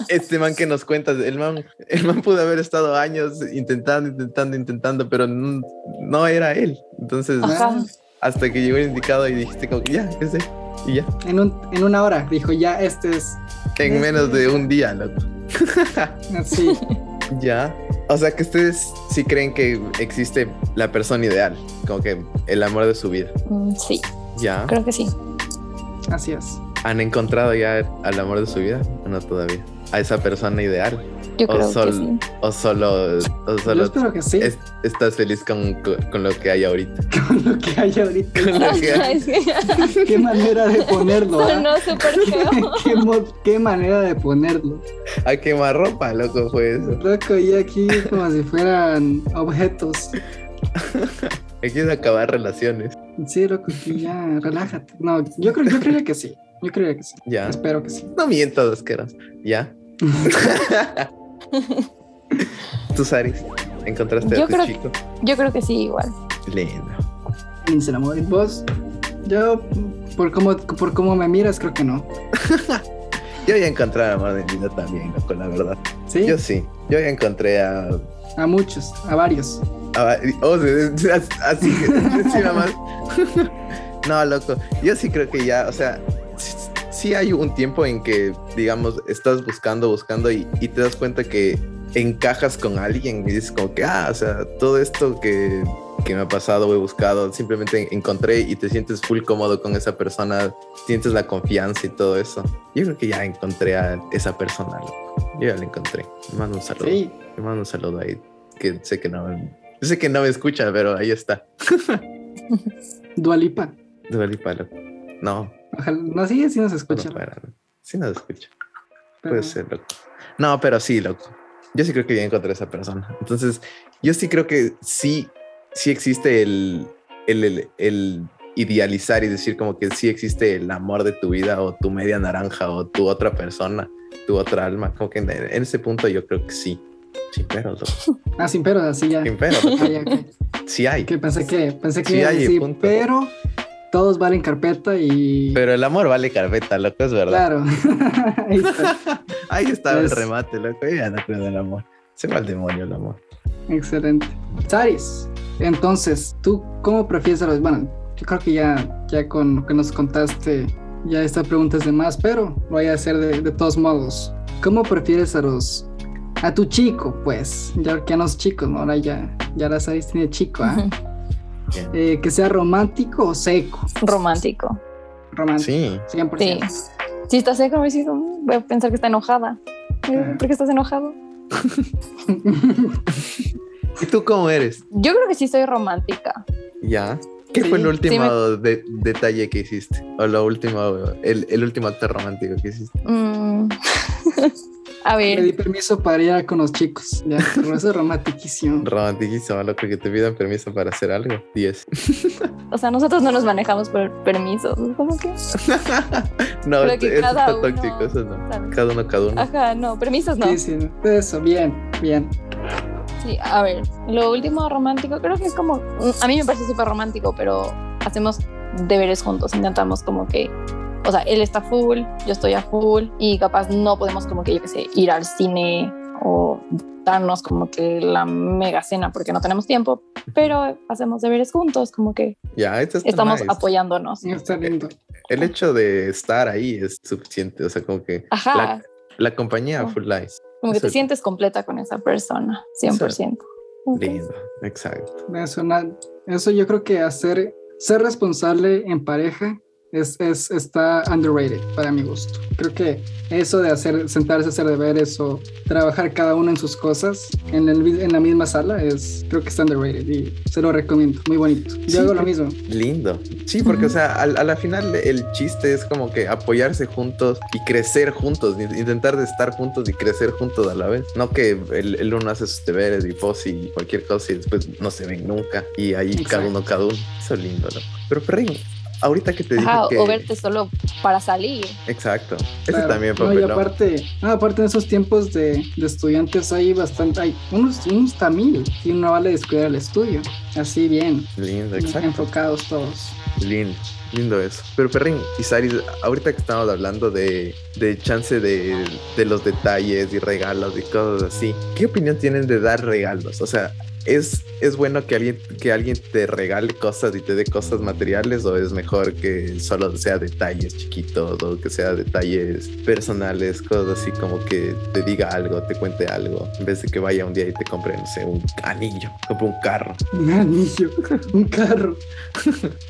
A: este man que nos cuentas, el man, el man pudo haber estado años intentando, intentando, intentando, pero no, no era él. Entonces, Ajá. hasta que llegó el indicado y dijiste, como, ya, ese, y ya.
B: En, un, en una hora, dijo, ya, este es.
A: En este menos es. de un día, loco.
B: sí.
A: Ya. O sea que ustedes sí creen que existe la persona ideal, como que el amor de su vida.
D: Mm, Sí.
A: Ya.
D: Creo que sí.
B: Así es.
A: ¿Han encontrado ya al amor de su vida? No todavía. A esa persona ideal.
D: Yo creo o
A: solo,
D: que sí.
A: O solo, o solo
B: Yo espero que sí.
A: Es, estás feliz con, con, con, lo que hay ahorita.
B: Con lo que hay ahorita.
A: Con lo que hay.
B: qué manera de ponerlo. ¿ah?
D: ¿eh? No, súper feo.
B: ¿Qué, qué, qué, manera de ponerlo.
A: A quemar ropa, loco, fue eso.
B: Loco, y aquí como si fueran objetos.
A: aquí es acabar relaciones.
B: Sí, loco, que ya, relájate. No, yo, creo, yo creía que sí. Yo creía que sí.
A: Ya.
B: Espero que sí.
A: No mientas, asqueras. Ya. ¿Tú, Saris? ¿Encontraste
D: yo
A: a tu
D: creo,
A: chico?
D: Yo creo que sí, igual.
A: Lindo.
B: ¿Se enamoró en vos? Yo, por cómo, por cómo me miras, creo que no.
A: yo ya encontré al amor de mi vida también, loco, la verdad.
B: ¿Sí?
A: Yo sí. Yo ya encontré a.
B: A muchos, a varios.
A: A, oh, así que. más. no, loco. Yo sí creo que ya, o sea, sí hay un tiempo en que, digamos, estás buscando, buscando y, y te das cuenta que encajas con alguien y dices como que, ah, o sea, todo esto que, que me ha pasado, he buscado, simplemente encontré y te sientes full cómodo con esa persona, sientes la confianza y todo eso. Yo creo que ya encontré a esa persona, loco. Yo ya la encontré. Me mando un saludo. Sí. Me mando un saludo ahí, que sé que no, sé que no me escucha, pero ahí está.
B: Dualipa.
A: Dualipa, loco. No.
B: Ojalá, no, sí, sí nos escucha.
A: No, para, no. sí nos escucha. Pero... Puede ser, loco. No, pero sí, loco yo sí creo que ya encontré a esa persona. Entonces, yo sí creo que sí, sí existe el, el, el, el, idealizar y decir como que sí existe el amor de tu vida o tu media naranja o tu otra persona, tu otra alma. Como que en, en ese punto yo creo que sí. Sin peros. Loco.
B: Ah, sin peros, así ya.
A: Sin peros.
B: Ay, okay.
A: Sí hay.
B: Que pensé que, pensé que sí hay, así, pero todos valen carpeta y...
A: Pero el amor vale carpeta, loco, es verdad.
B: Claro. Ahí está,
A: Ahí está pues... el remate, loco. Yo ya no creo del amor. Se va al demonio el amor.
B: Excelente. Saris, entonces, ¿tú cómo prefieres a los... Bueno, yo creo que ya, ya con lo que nos contaste, ya esta pregunta es de más, pero voy a hacer de, de todos modos. ¿Cómo prefieres a los... A tu chico, pues, ya que a los chicos, ¿no? Ahora ya, ya la Saris tiene chico, ¿ah? ¿eh? Uh -huh. Eh, que sea romántico o seco.
D: Romántico.
A: Ah.
B: Romántico. Sí. 100%.
D: Sí. Si está seco, me siento, "Mm, voy a pensar que está enojada. Eh, ¿Por qué estás enojado?
A: ¿Y tú cómo eres?
D: Yo creo que sí soy romántica.
A: Ya. ¿Qué sí, fue el último sí me... de, detalle que hiciste? O lo último, el, el último acto romántico que hiciste.
D: Mm. A ver.
B: Le di permiso para ir con los chicos. Ya, pero eso es romantiquísimo.
A: romantiquísimo, loco, que te pidan permiso para hacer algo. 10.
D: o sea, nosotros no nos manejamos por permisos. ¿Cómo que?
A: no, Creo que eso cada uno, Ah, tóxico, eso no. ¿sabes? Cada uno, cada uno.
D: Ajá, no, permisos no.
B: Sí, sí, eso, bien, bien.
D: Sí, a ver, lo último romántico, creo que es como, mm, a mí me parece súper romántico, pero hacemos deberes juntos, intentamos como que o sea, él está full, yo estoy a full y capaz no podemos como que, yo qué sé, ir al cine o darnos como que la mega cena porque no tenemos tiempo, pero hacemos deberes juntos, como que
A: ya, esto está
D: estamos
A: nice.
D: apoyándonos.
B: Está lindo.
A: El hecho de estar ahí es suficiente, o sea, como que
D: Ajá.
A: La, la, compañía full life.
D: Como que Eso. te sientes completa con esa persona, 100%.
A: Okay. Lindo, exacto.
B: Eso, eso yo creo que hacer, ser responsable en pareja es, es, está underrated para mi gusto. Creo que eso de hacer, sentarse a hacer deberes o trabajar cada uno en sus cosas en, el, en la misma sala es, creo que está underrated y se lo recomiendo. Muy bonito. Yo sí, hago lo mismo.
A: Lindo. Sí, porque, uh -huh. o sea, a, a, la final el chiste es como que apoyarse juntos y crecer juntos, intentar de estar juntos y crecer juntos a la vez. No que el, el uno hace sus deberes y pos y cualquier cosa y después no se ven nunca y ahí Exacto. cada uno, cada uno. Eso es lindo, ¿no? Pero, pero ahorita que te dije
D: Ajá,
A: que...
D: o verte solo para salir.
A: Exacto. Ese claro. también
B: no, y aparte, no, aparte de esos tiempos de, de, estudiantes hay bastante, hay unos, unos tamil y no vale descuidar el estudio. Así bien.
A: Lindo, exacto.
B: Enfocados todos.
A: Lindo. Lindo eso. Pero Perrin y Saris, ahorita que estamos hablando de, de chance de, de, los detalles y regalos y cosas así, ¿qué opinión tienen de dar regalos? O sea, ¿es, es bueno que alguien, que alguien te regale cosas y te dé cosas materiales o es mejor que solo sea detalles chiquitos o que sea detalles personales, cosas así como que te diga algo, te cuente algo, en vez de que vaya un día y te compre, no sé, un anillo, compre un carro?
B: Un anillo, un carro.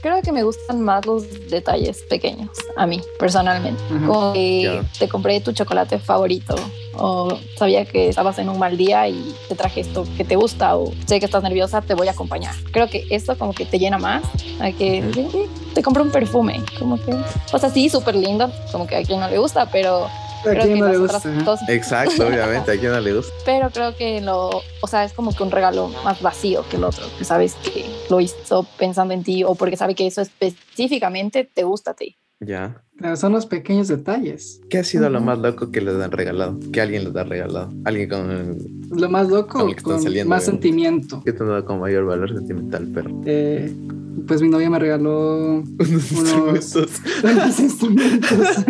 D: Creo que me gustan más los detalles pequeños a mí personalmente. Ajá. Como que yeah. te compré tu chocolate favorito o sabía que estabas en un mal día y te traje esto que te gusta o sé que estás nerviosa, te voy a acompañar. Creo que esto como que te llena más a que mm. sí, te compré un perfume, como que, o sea, sí, súper lindo, como que a quien no le gusta, pero
B: a quién no le gusta. Dos...
A: Exacto, obviamente, a quién no le gusta.
D: Pero creo que lo, o sea, es como que un regalo más vacío que el otro, que sabes que lo hizo pensando en ti o porque sabe que eso específicamente te gusta a ti.
A: Ya.
B: Son los pequeños detalles.
A: ¿Qué ha sido uh -huh. lo más loco que les han regalado? Que alguien les ha regalado. Alguien con.
B: Lo más loco, con, con saliendo, más bien? sentimiento.
A: Yo te con mayor valor sentimental, pero.
B: Eh, pues mi novia me regaló
A: unos, unos instrumentos. Unos
B: instrumentos.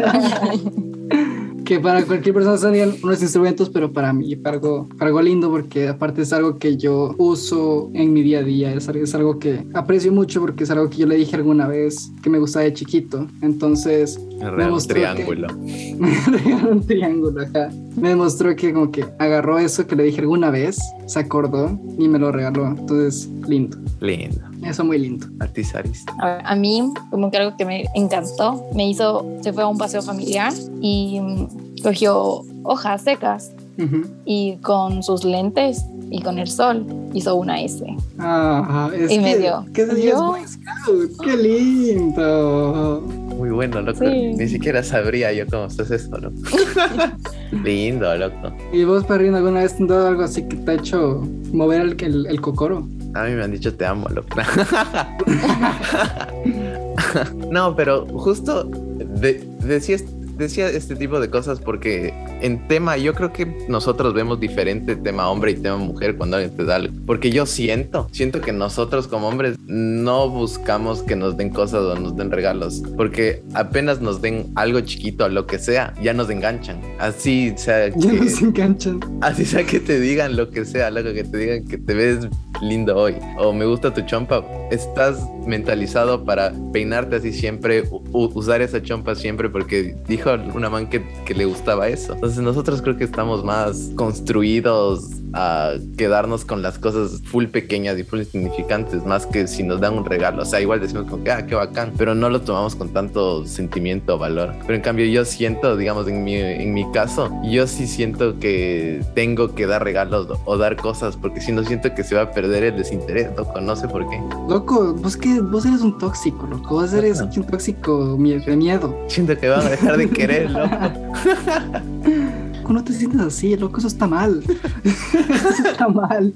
B: que para cualquier persona serían unos instrumentos, pero para mí para algo, para algo lindo porque aparte es algo que yo uso en mi día a día, es, es algo que aprecio mucho porque es algo que yo le dije alguna vez que me gustaba de chiquito, entonces
A: me mostró un triángulo.
B: Que, me un triángulo, ajá. Me demostró que como que agarró eso que le dije alguna vez, se acordó y me lo regaló, entonces lindo.
A: Lindo.
B: Eso muy lindo.
A: A ti, Saris.
D: A, ver, a, mí, como que algo que me encantó, me hizo, se fue a un paseo familiar y mm, cogió hojas secas uh -huh. y con sus lentes y con el sol hizo una S.
B: Ah, es
D: y
B: que,
D: me dio.
B: ¿Qué yo, es ¡Qué lindo!
A: Muy bueno, loco. Sí. Ni siquiera sabría yo cómo estás eso, loco. lindo, loco.
B: ¿Y vos, Perrino, alguna vez te han dado algo así que te ha hecho mover el, el, el cocoro?
A: A mí me han dicho te amo, loco. no, pero justo de, decías decía este tipo de cosas porque en tema, yo creo que nosotros vemos diferente tema hombre y tema mujer cuando alguien te da algo. Porque yo siento, siento que nosotros como hombres no buscamos que nos den cosas o nos den regalos. Porque apenas nos den algo chiquito, lo que sea, ya nos enganchan. Así sea que...
B: Ya nos enganchan.
A: Así sea que te digan lo que sea, lo que te digan que te ves lindo hoy o me gusta tu chompa. Estás mentalizado para peinarte así siempre, usar esa chompa siempre porque dijo una man que, que, le gustaba eso. Entonces nosotros creo que estamos más construidos a quedarnos con las cosas full pequeñas y full insignificantes, más que si nos dan un regalo. O sea, igual decimos como que, ah, qué bacán, pero no lo tomamos con tanto sentimiento o valor. Pero en cambio yo siento, digamos, en mi, en mi caso, yo sí siento que tengo que dar regalos o dar cosas, porque si no siento que se va a perder el desinterés, loco, no sé por qué.
B: Loco, vos, que, vos eres un tóxico, loco, vos eres un tóxico de miedo.
A: Siento que van a dejar de querer, loco.
B: No te sientas así, loco, eso está mal. eso está mal.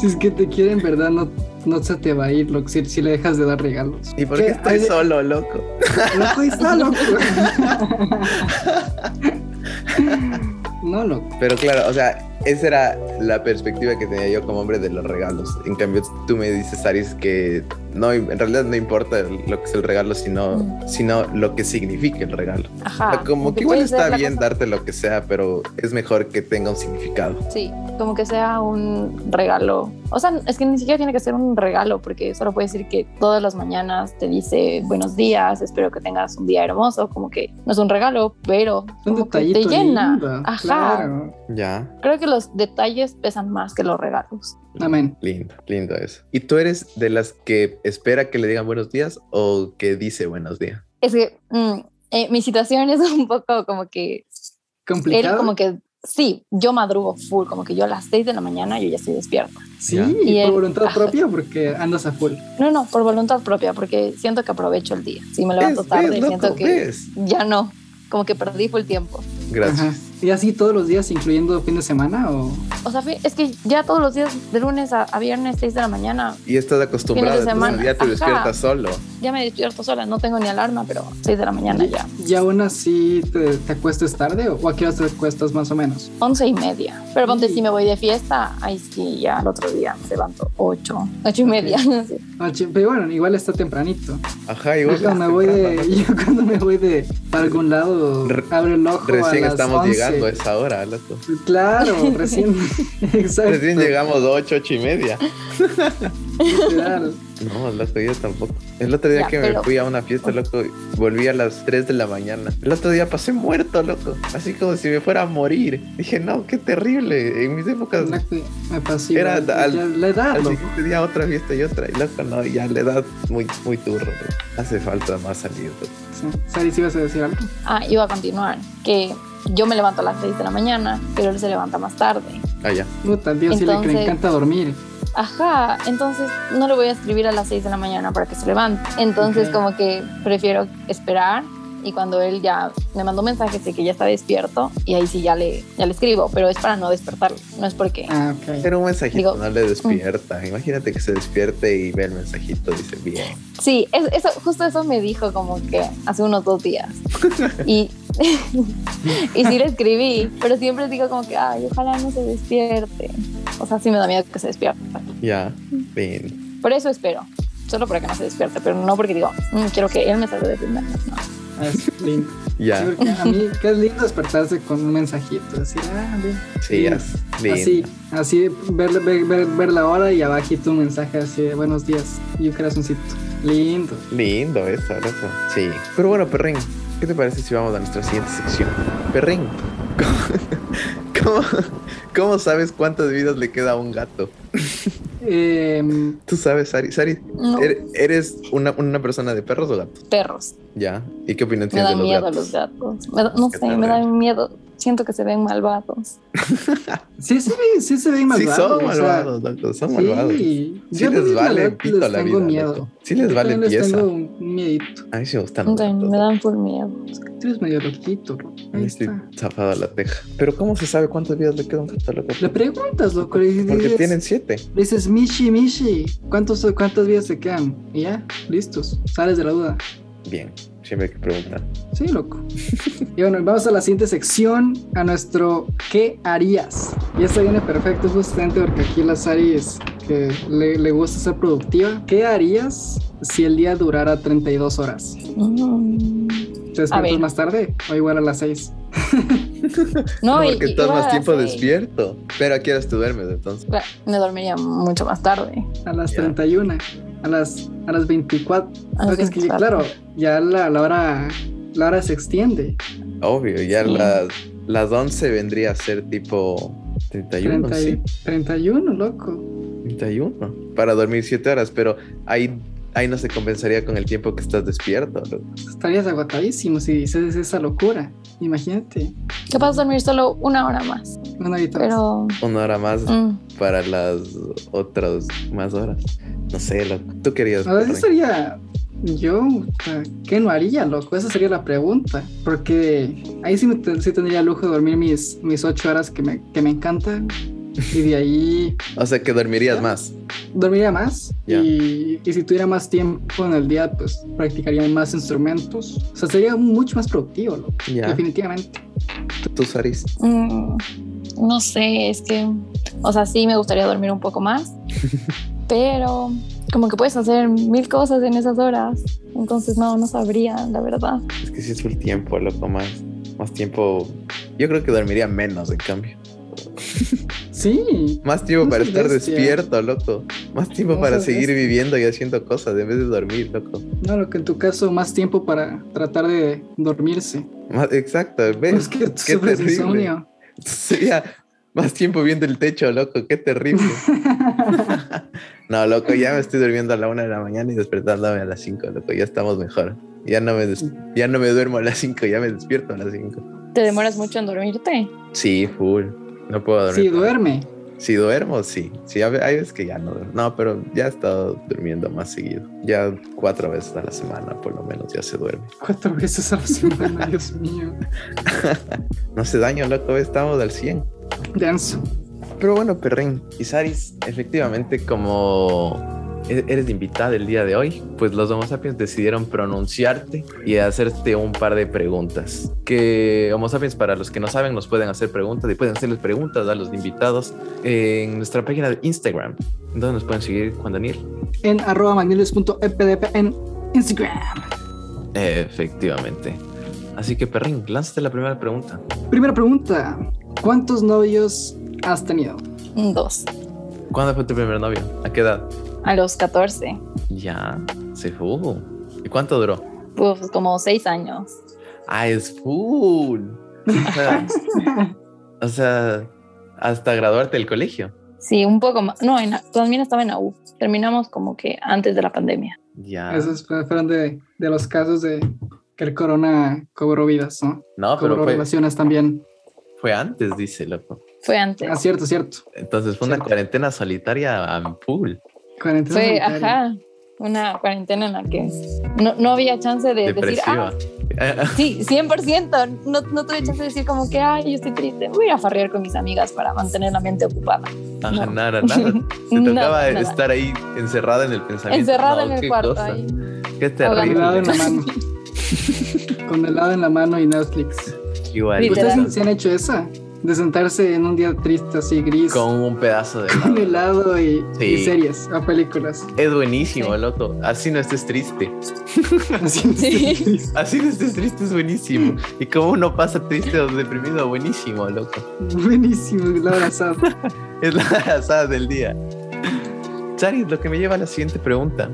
B: si es que te quieren, ¿verdad? No, no se te va a ir, loco, si, si le dejas de dar regalos.
A: ¿Y por qué, ¿Qué estoy de... solo, loco?
B: loco está loco. no, loco.
A: Pero claro, o sea, esa era la perspectiva que tenía yo como hombre de los regalos. En cambio, tú me dices, Aris, que no, en realidad no importa lo que es el regalo, sino, mm. sino lo que significa el regalo.
D: Ajá. O sea,
A: Ah, como que igual está bien cosa... darte lo que sea, pero es mejor que tenga un significado.
D: Sí, como que sea un regalo. O sea, es que ni siquiera tiene que ser un regalo, porque solo puede decir que todas las mañanas te dice buenos días, espero que tengas un día hermoso. Como que no es un regalo, pero
B: un
D: como
B: que
D: te llena. Lindo, Ajá.
A: Claro. Ya.
D: Creo que lo los detalles pesan más que los regalos.
B: Amén.
A: Lindo, lindo eso. ¿Y tú eres de las que espera que le digan buenos días o que dice buenos días?
D: Es que mm, eh, mi situación es un poco como que...
B: Complicada.
D: como que sí, yo madrugo full, como que yo a las 6 de la mañana yo ya estoy despierta.
B: Sí, y por él, voluntad ajá. propia porque andas a full.
D: No, no, por voluntad propia porque siento que aprovecho el día. Si me levanto es,
A: eh,
D: tarde, es, siento loco, que es. ya no, como que perdí full tiempo.
A: Gracias. Ajá.
B: ¿Y así todos los días, incluyendo fin de semana? O,
D: o sea, es que ya todos los días, de lunes a, a viernes, 6 de la mañana.
A: Y estás acostumbrado, entonces ya te Ajá. despiertas solo.
D: Ya me despierto sola, no tengo ni alarma, pero 6 de la mañana
B: ¿Y,
D: ya.
B: ¿Y aún así te, te acuestas tarde o a qué hora te acuestas más o menos?
D: 11 y media. Pero ponte, sí. si me voy de fiesta, ahí sí, ya el otro día me levanto 8, 8 y media.
B: Sí. Ocho, pero bueno, igual está tempranito.
A: Ajá, igual.
B: Yo cuando, me voy de, yo cuando me voy de para algún lado, abro el ojo.
A: Recién
B: a las
A: estamos
B: 11.
A: llegando ¿eh? a esa hora, loco.
B: Claro, recién.
A: exacto. Recién
B: Este.
A: llegamos a 8, 8 y media.
B: claro.
A: No, el otro día tampoco. El otro día ya, que me pero... fui a una fiesta, loco, volví a las 3 de la mañana. El otro día pasé muerto, loco. Así como si me fuera a morir. Dije, no, qué terrible. En mis épocas.
B: La que me pasé.
A: Era al,
B: la edad,
A: al siguiente día otra fiesta y otra. Y loco, no, ya la edad muy, muy turro. Loco. Hace falta más salir.
B: Sí. Sari, ¿sí ibas a decir algo?
D: Ah, iba a continuar. Que yo me levanto a las 6 de la mañana, pero él se levanta más tarde.
A: Ah, ya.
B: Puta, Dios, sí le encanta dormir.
D: Ajá, entonces no le voy a escribir a las 6 de la mañana para que se levante. Entonces, okay. como que prefiero esperar y cuando él ya me mandó un mensaje de que ya está despierto y ahí sí ya le, ya le escribo, pero es para no despertarlo, no es porque...
B: Ah, okay.
A: Pero un mensajito Digo, no le despierta, mm. imagínate que se despierte y ve el mensajito, dice bien.
D: Sí, es, eso, justo eso me dijo como que hace unos dos días. y, y sí le escribí, pero siempre digo como que, ay, ojalá no se despierte. O sea, sí me da miedo que se despierte.
A: Ya, bien.
D: Por eso espero, solo para que no se despierte, pero no porque digo, mmm, quiero que él me salga de primero. No.
B: Es lindo. Ya. Sí, porque a mí, qué lindo despertarse con un mensajito. Así, ah, bien.
A: Sí, es lindo.
B: Así, así ver, ver, ver, ver, la hora y abajito un mensaje así de buenos días y un corazoncito. Lindo.
A: Lindo, eso, eso. Sí. Pero bueno, Perrín, ¿qué te parece si vamos a nuestra siguiente sección? Perrín, ¿cómo, cómo, cómo sabes cuántas vidas le queda a un gato?
B: Eh,
A: Tú sabes, Sari. Sari, no. ¿eres una, una, persona de perros o gatos?
D: Perros.
A: Ya. ¿Y qué opinión
D: me
A: tienes de los
D: gatos? Los gatos. Me da miedo a los gatos. no sé, me da miedo. Siento que se ven malvados.
B: sí, sí, sí, se ven malvados.
A: Sí, son malvados, o sea, doctor, Son sí. malvados. Sí, Yo les vale pito
B: les
A: la vida.
B: Miedo.
A: Sí, les Yo vale les pieza.
B: Tengo un miedito.
A: A mí sí me gustan. Los gatos.
D: Me dan por miedo.
B: Tú eres medio loquito, bro.
A: Ahí estoy zafado a la teja. Pero ¿cómo se sabe cuántas vidas le queda a un gato, loco?
B: Le preguntas, loco. Le dices,
A: Porque tienen siete.
B: Le dices, Mishi, Mishi, ¿cuántos, ¿cuántas vidas te quedan? Y ya, listos. Sales de la duda.
A: Bien, siempre hay que preguntar.
B: Sí, loco. y bueno, vamos a la siguiente sección, a nuestro ¿Qué harías? Y esto viene perfecto justamente porque aquí la Sari es que le, le, gusta ser productiva. ¿Qué harías si el día durara 32 horas?
D: Mm.
B: ¿Te despiertas más tarde o igual a las 6?
A: no, no, porque y, estás y más tiempo despierto. Pero aquí eres tú duermes entonces.
D: Me dormiría mucho más tarde.
B: A las yeah. 31, a las, a las 24. A las 24. Es que, claro, ya la, la, hora, la hora se extiende.
A: Obvio, ya sí. las, las 11 vendría a ser tipo 31. 30, sí.
B: 31, loco.
A: 31, para dormir 7 horas, pero ahí ahí no se compensaría con el tiempo que estás despierto.
B: Estarías agotadísimo si dices esa locura. Imagínate.
D: Capaz de dormir solo una hora más.
B: Una horita
D: Pero...
A: más. Una hora más mm. para las otras más horas. No sé, loco. Tú querías.
B: A veces sería. Yo, Ah, ¿qué no haría, loco? Esa sería la pregunta. Porque ahí sí, me, sí tendría el lujo de dormir mis, mis ocho horas que me, que me encantan. Y de ahí.
A: O sea que dormirías ¿sí? más.
B: Dormiría más. Yeah. Y, y, si tuviera más tiempo en el día, pues practicaría más instrumentos. O sea, sería mucho más productivo, loco. Yeah. Definitivamente.
A: ¿Tú, Saris?
D: Mm, no sé, es que. O sea, sí me gustaría dormir un poco más. pero como que puedes hacer mil cosas en esas horas. Entonces, no, no sabría, la verdad.
A: Es que sí es el tiempo, loco, más. Más tiempo. Yo creo que dormiría menos, en cambio.
B: Sí.
A: Más tiempo para estar bestia. despierto, loco. Más tiempo no para seguir bestia. viviendo y haciendo cosas en vez de dormir, loco.
B: No, lo que en tu caso, más tiempo para tratar de dormirse.
A: Más, exacto, ¿ves?
B: Pues que qué terrible. Insomnio.
A: Sería más tiempo viendo el techo, loco, qué terrible. no, loco, ya me estoy durmiendo a la una de la mañana y despertándome a las cinco, loco, ya estamos mejor. Ya no me, ya no me duermo a las cinco, ya me despierto a las cinco.
D: ¿Te demoras mucho en dormirte?
A: Sí, full. No puedo dormir.
B: Si sí, duerme.
A: Si sí, duermo, sí. Sí, hay veces que ya no duermo. No, pero ya he estado durmiendo más seguido. Ya cuatro veces a la semana, por lo menos, ya se duerme.
B: Cuatro veces a la semana, Dios mío.
A: no se daño, loco, estamos al 100.
B: Denso.
A: Pero bueno, Perrin y Saris, efectivamente, como e, eres invitada el día de hoy, pues los Homo sapiens decidieron pronunciarte y hacerte un par de preguntas. Que Homo sapiens, para los que no saben, nos pueden hacer preguntas y pueden hacerles preguntas a los invitados en nuestra página de Instagram. ¿Dónde nos pueden seguir, Juan Daniel?
B: En arroba en Instagram.
A: Efectivamente. Así que, Perrin, lánzate la primera pregunta.
B: Primera pregunta. ¿Cuántos novios has tenido?
D: Dos.
A: ¿Cuándo fue tu primer novio? ¿A qué edad?
D: A los 14.
A: Ya, se fue. ¿Y cuánto duró?
D: Pues como seis años.
A: Ah, es full. O sea, o sea, hasta graduarte del colegio.
D: Sí, un poco más. No, en, también estaba en la U. Terminamos como que antes de la pandemia.
A: Ya.
B: Esos fueron de, de los casos de que el corona cobró vidas, ¿no?
A: No,
B: cobró
A: Ah, pero.
B: Fue, relaciones también.
A: Fue antes, dice loco.
D: Fue antes.
B: Ah, cierto, cierto.
A: Entonces fue una cierto. cuarentena solitaria en
D: Eh,
A: full.
B: Cuarentena
D: fue, ajá, una cuarentena en la que no, no había chance de
A: Depresiva.
D: decir, ah, sí, 100%, no, no tuve chance de decir como que, ay, yo estoy triste, voy a farrear con mis amigas para mantener la mente ocupada.
A: Ajá, no. nada, nada. Te tocaba nada, nada. estar ahí encerrada en el pensamiento.
D: Encerrada en el cuarto.
A: Cosa. Ahí. Qué terrible.
B: Con el helado en la mano. con el helado en la mano y Netflix.
A: Igual.
B: ¿Ustedes se han hecho esa? de sentarse en un día triste así gris.
A: Con un pedazo de helado.
B: Con helado y, sí. y series o películas.
A: Es buenísimo, sí. loco. Así no estés triste. así, no estés triste. así no estés triste es buenísimo. Y como uno pasa triste o deprimido, buenísimo, loco.
B: Buenísimo, es la abrazada.
A: es la abrazada del día. Sari, lo que me lleva a la siguiente pregunta.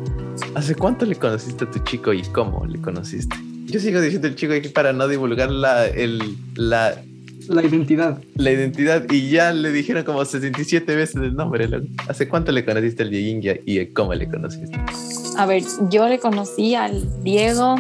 A: ¿Hace cuánto le conociste a tu chico y cómo le conociste? Yo sigo diciendo el chico aquí para no divulgar la, el, la,
B: la identidad.
A: La identidad. Y ya le dijeron como 67 veces el nombre. ¿Hace cuánto le conociste al Dieguinja y cómo le conociste?
D: A ver, yo le conocí al Diego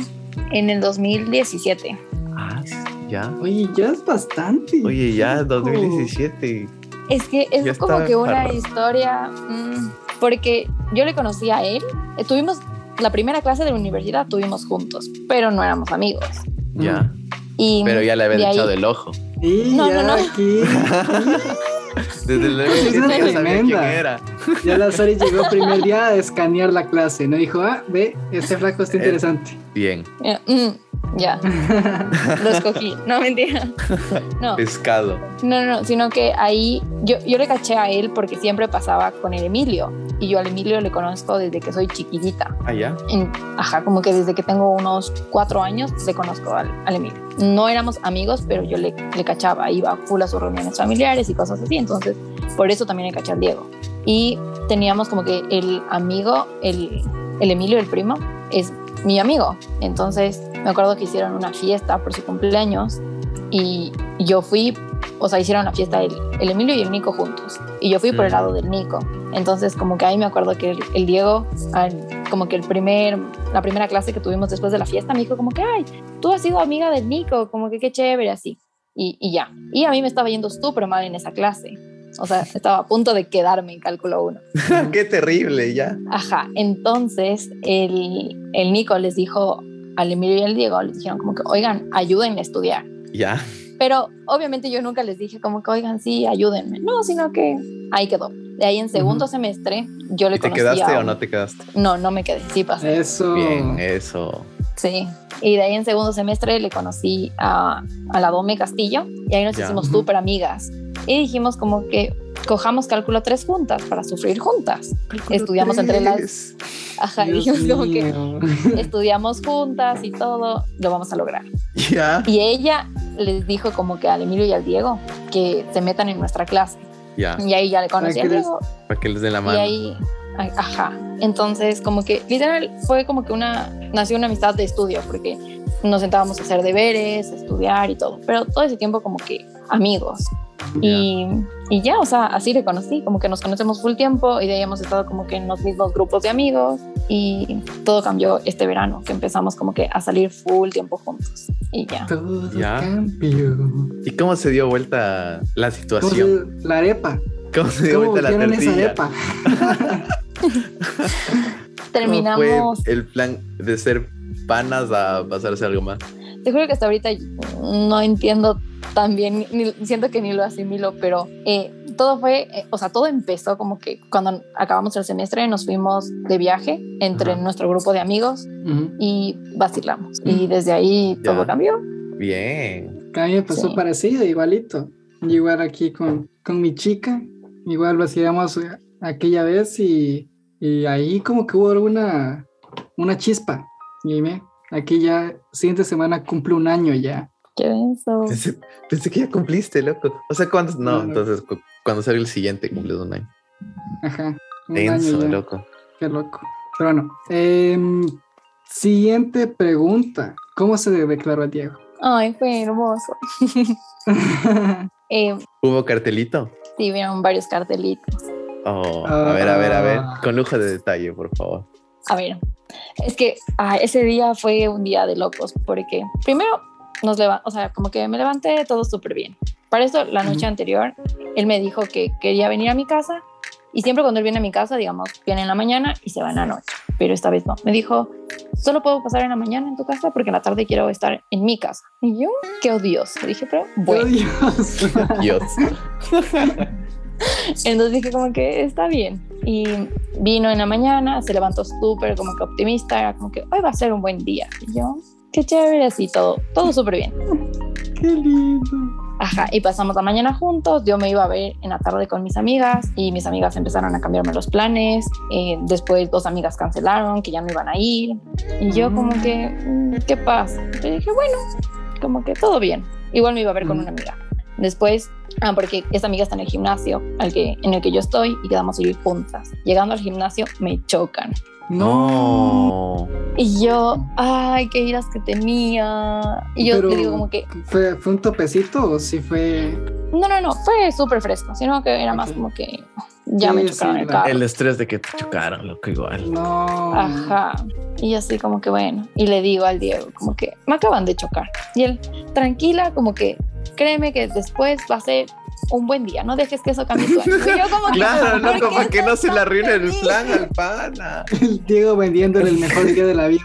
D: en el 2017.
A: Ah, ya.
B: Oye, ya es bastante.
A: Oye, ya, 2017.
D: Es que es ya como que una parado. historia. Mmm, porque yo le conocí a él. eh, Tuvimos la primera clase de la universidad, tuvimos juntos, pero no éramos amigos.
A: Ya. Y pero ya le habían de echado ahí... el ojo.
B: Sí, no, ya no, no. Aquí.
A: Desde
D: Pues
A: el sabía quién era.
B: Ya la Sari llegó el primer día a escanear la clase, ¿no? Dijo, ah, ve, este flaco
A: Eh,
B: está interesante.
A: Bien.
D: Ya. eh, mm, ya. Lo escogí. No, mentira. No.
A: Pescado.
D: No, no, sino que ahí yo, yo le caché a él porque siempre pasaba con el Emilio. Y yo al Emilio le conozco desde que soy chiquillita.
A: Ah, ya.
D: En, ajá, como que desde que tengo unos cuatro años le conozco al, al Emilio. No éramos amigos, pero yo le, le cachaba. Iba full a sus reuniones familiares y cosas así. Entonces, por eso también le caché al Diego. Y teníamos como que el amigo, el, el Emilio, el primo, es mi amigo. Entonces, me acuerdo que hicieron una fiesta por su cumpleaños y yo fui, o sea, hicieron la fiesta el, el Emilio y el Nico juntos. Y yo fui mm. por el lado del Nico. Entonces, como que ahí me acuerdo que el, el Diego, al, como que el primer, la primera clase que tuvimos después de la fiesta, me dijo como que, ay, tú has sido amiga del Nico, como que qué chévere, así. Y, y ya. Y a mí me estaba yendo súper mal en esa clase. O sea, estaba a punto de quedarme en cálculo 1.
A: Qué terrible, ya.
D: Ajá, entonces el, el, Nico les dijo al Emilio y al Diego, les dijeron como que, oigan, ayúdenme a estudiar.
A: Ya.
D: Pero obviamente yo nunca les dije como que, oigan, sí, ayúdenme. No, sino que ahí quedó. De ahí en segundo uh -huh. semestre yo le
A: ¿Y ¿Te quedaste a... o no te quedaste?
D: No, no me quedé, sí pasé.
B: Eso.
A: Bien, eh. eso.
D: Sí, y de ahí en segundo semestre le conocí a, a la Dome Castillo y ahí nos ya. hicimos súper amigas y dijimos como que cojamos cálculo 3 juntas para sufrir juntas. Cálculo estudiamos tres. entre las... Ajá, Dios dijimos mío. como que estudiamos juntas y todo, lo vamos a lograr.
A: Yeah.
D: Y ella les dijo como que al Emilio y al Diego que se metan en nuestra clase.
A: Yeah.
D: Y ahí ya le conocí a Diego.
A: Para que les den la mano.
D: Y ahí, ajá. Entonces como que literal fue como que una, nació una amistad de estudio porque nos sentábamos a hacer deberes, a estudiar y todo, pero todo ese tiempo como que amigos. Yeah. Y, y, ya, o sea, así le conocí, como que nos conocemos full tiempo y de ahí hemos estado como que en los mismos grupos de amigos y todo cambió este verano, que empezamos como que a salir full tiempo juntos y ya.
B: Todo
A: yeah.
B: cambió.
A: ¿Y cómo se dio vuelta la situación?
B: Se, la arepa.
D: Pues,
A: ¿Cómo se dio ¿Cómo vuelta la tortilla? Esa arepa?
D: Terminamos.
A: Fue el plan de ser panas a pasarse algo más?
D: Te juro que hasta ahorita no entiendo también, ni, siento que ni lo asimilo, pero eh, todo fue, eh, o sea, todo empezó como que cuando acabamos el semestre nos fuimos de viaje entre Ajá. nuestro grupo de amigos uh -huh. y vacilamos. Uh -huh. Y desde ahí ya. todo cambió.
A: Bien.
B: También pasó sí. parecido, igualito. Igual aquí con, con mi chica, igual vacilamos eh, aquella vez y, y ahí como que hubo alguna una chispa. Y me, aquí ya, siguiente semana cumple un año ya.
D: Qué denso.
A: Pensé, pensé, que ya cumpliste, loco. O sea, ¿cuándo? No, no entonces, cu cuando salga el siguiente, cumples un año.
B: Ajá. Un
A: denso,
B: año
A: loco.
B: Qué loco. Pero bueno, eh, siguiente pregunta. ¿Cómo se declaró a Diego?
D: Ay, fue hermoso.
A: eh, ¿Hubo cartelito?
D: Sí, vieron varios cartelitos.
A: Oh, ah. a ver, a ver, a ver. Con lujo de detalle, por favor.
D: A ver, es que ah, ese día fue un día de locos porque primero nos levantamos, o sea, como que me levanté todo súper bien. Para eso, la noche anterior, él me dijo que quería venir a mi casa y siempre cuando él viene a mi casa, digamos, viene en la mañana y se va en la noche, pero esta vez no. Me dijo, solo puedo pasar en la mañana en tu casa porque en la tarde quiero estar en mi casa. Y yo, qué odioso. Dije, pero bueno.
A: Dios.
D: Entonces dije como que está bien. Y vino en la mañana, se levantó súper como que optimista, era como que hoy va a ser un buen día. Y yo, qué chévere, así todo, todo súper bien.
B: Qué lindo.
D: Ajá, y pasamos la mañana juntos, yo me iba a ver en la tarde con mis amigas y mis amigas empezaron a cambiarme los planes, eh, después dos amigas cancelaron que ya no iban a ir y yo como que, "Mm, ¿qué pasa? Y dije, bueno, como que todo bien, igual me iba a ver con una amiga. Después, ah, porque esa amiga está en el gimnasio al que, en el que yo estoy y quedamos a ir juntas. Llegando al gimnasio me chocan.
A: No.
D: Y yo, ay, qué iras que tenía. Y yo
B: Pero,
D: te digo como que...
B: ¿Fue, fue un topecito o si fue
D: No, no, no, fue súper fresco, sino que era más
B: Ok.
D: como que ya me
B: Sí,
D: chocaron
B: sí,
D: el
B: la-
D: carro.
A: El estrés de que te chocaron, loco, igual.
B: no
D: Ajá. Y así como que bueno, y le digo al Diego, como que me acaban de chocar. Y él, tranquila, como que créeme que después va a ser un buen día, no dejes que eso cambie tu ánimo". Y yo como que,
A: Claro,
D: "¿Por
A: loco,
D: qué
A: para que no
D: estás
A: se le
D: tan
A: arruine el
D: feliz?".
A: plan al pana.
B: El Diego vendiéndole el mejor día de la vida.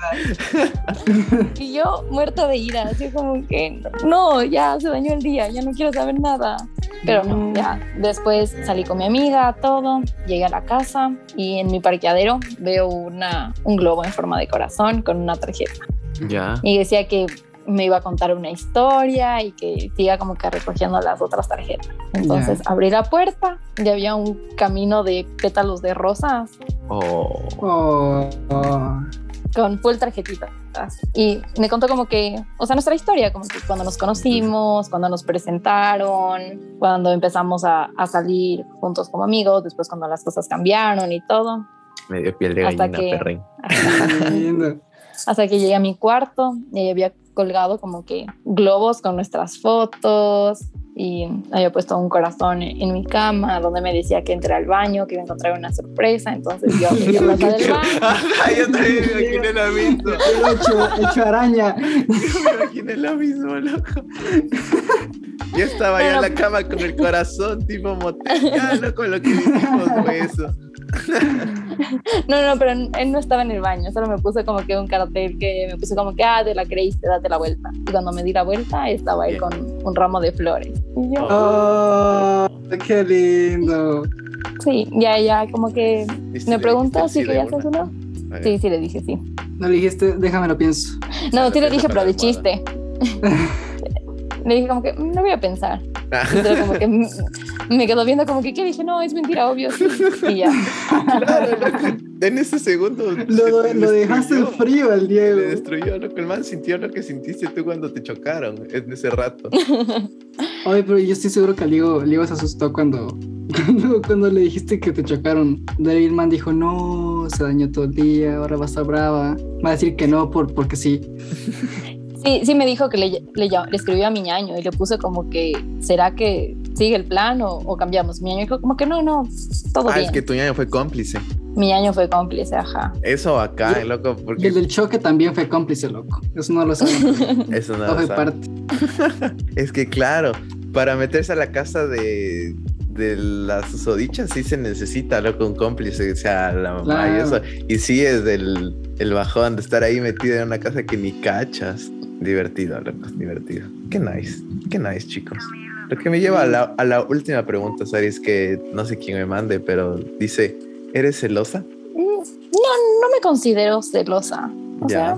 D: Y yo muerta de ira, así como que no, ya se dañó el día, ya no quiero saber nada. Pero no, ya. Después salí con mi amiga, todo, llegué a la casa y en mi parqueadero veo una, un globo en forma de corazón con una tarjeta.
A: Ya.
D: y decía que me iba a contar una historia y que siga como que recogiendo las otras tarjetas. Entonces abrí la puerta y había un camino de pétalos de rosas
A: Oh.
B: Oh, oh.
D: con full tarjetitas. Y me contó como que, o sea, nuestra historia, como que cuando nos conocimos, cuando nos presentaron, cuando empezamos a, a salir juntos como amigos, después cuando las cosas cambiaron y todo.
A: Medio piel de
D: Hasta
A: gallina,
D: que-
A: perrín.
B: qué lindo.
D: Hasta que llegué a mi cuarto y ahí había colgado como que globos con nuestras fotos y había puesto un corazón en, en mi cama donde me decía que entré al baño, que iba a encontrar una sorpresa. Entonces yo abrí la puerta del baño.
A: Ajá, yo también me imaginé lo mismo.
B: He hecho, hecho araña.
A: Yo me imaginé lo mismo, loco. Yo estaba ya en la cama con el corazón tipo motel. Ya, loco, lo que dijimos fue eso.
D: No, no, pero él no estaba en el baño, solo me puso como que un cartel que me puso como que, ah, te la creíste, date la vuelta. Y cuando me di la vuelta estaba él
A: Bien. Ah.
D: con un ramo de flores. Y yo,
B: Oh, qué lindo.
D: sí, ya, ya, como que
A: Este,
D: me preguntó si querías hacer uno. Sí,
A: Sí.
D: sí, le dije sí.
B: No le dijiste, déjame lo pienso.
D: No, sí le
A: Pero
D: dije, pero
A: para la almohada.
D: de chiste. Le dije como que, "Mm, no voy a pensar.
A: Ah,
D: Pero como que mm, me quedó viendo como que, ¿qué? Dije, no, es mentira, obvio. sí". Y ya.
A: Claro, loco. En ese segundo. se
B: Lo, lo,
A: te
B: lo dejaste en
A: destruyó.
B: frío al
A: Le
B: Diego.
A: destruyó, loco. El man sintió lo que sintiste tú cuando te chocaron en ese rato.
B: Oye, pero yo estoy seguro que al Diego, el Diego se asustó cuando, cuando, cuando le dijiste que te chocaron. David Man dijo, no, se dañó todo el día, ahora va a estar brava. Va a decir que no por, porque sí.
D: Sí, sí me dijo que le, le, llam- le escribió a mi ñaño y le puso como que, ¿será que sigue el plan o, o cambiamos? Mi ñaño dijo como que no, no, todo
A: Ah, es
D: bien.
A: que tu ñaño fue cómplice.
D: Mi ñaño fue cómplice, ajá.
A: Eso acá,
B: Yo-
A: loco,
B: Y
A: porque
B: el del choque también fue cómplice, loco. Eso no lo sabemos.
A: eso no lo
B: No fue
A: sabe.
B: parte.
A: Es que claro, para meterse a la casa de, de las susodichas sí se necesita, loco, un cómplice, o sea, la mamá y
B: Claro.
A: eso. Y sí es del, el bajón de estar ahí metido en una casa que ni cachas. Divertido, loco, divertido. Qué nice, qué nice, chicos. Lo que me lleva a la, a la última pregunta, Sari, es que no sé quién me mande, pero dice, ¿eres celosa?
D: Mm, No, no me considero celosa. O
A: ya.
D: sea,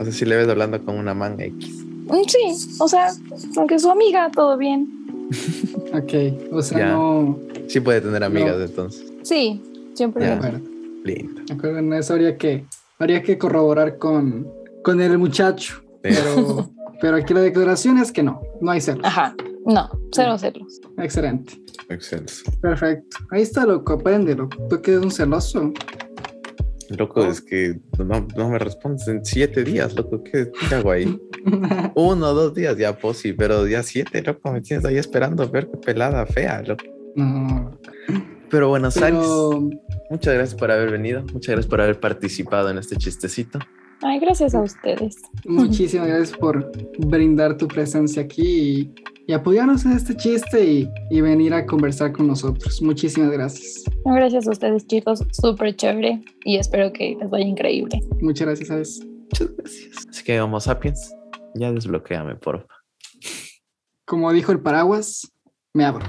A: O sea, si le ves hablando con una man X.
D: mm, sí, o sea, aunque su amiga, todo bien.
B: Ok, o sea,
A: Ya.
B: no.
A: Sí puede tener amigas
B: No.
A: entonces.
D: Sí, siempre.
B: De
A: Ya.
B: acuerdo,
A: Lindo.
B: de acuerdo. En eso habría que, habría que corroborar con, con el muchacho. Pero, pero aquí la declaración es que no, no hay celos.
D: Ajá, no, cero celos.
B: Excelente.
A: Excelso.
B: Perfecto. Ahí está, loco. Aprende, loco. Tú que eres un celoso.
A: Loco,
B: Ah.
A: es que no, no me respondes en siete días, loco. ¿Qué, qué hago ahí? Uno, dos días, ya posi, pero ya siete, loco, me tienes ahí esperando a ver qué pelada fea, loco.
B: no.
A: Pero bueno, Saris,
B: Pero
A: muchas gracias por haber venido, muchas gracias por haber participado en este chistecito.
D: Ay, gracias a ustedes.
B: muchísimas gracias por brindar tu presencia aquí y, y apoyarnos en este chiste y, y venir a conversar con nosotros. Muchísimas gracias.
D: Gracias a ustedes, chicos. Súper chévere y espero que les vaya increíble.
B: Muchas gracias, ¿sabes?
A: Muchas gracias. Así que, Homo Sapiens, ya desbloqueame, por favor.
B: Como dijo el paraguas, me abro.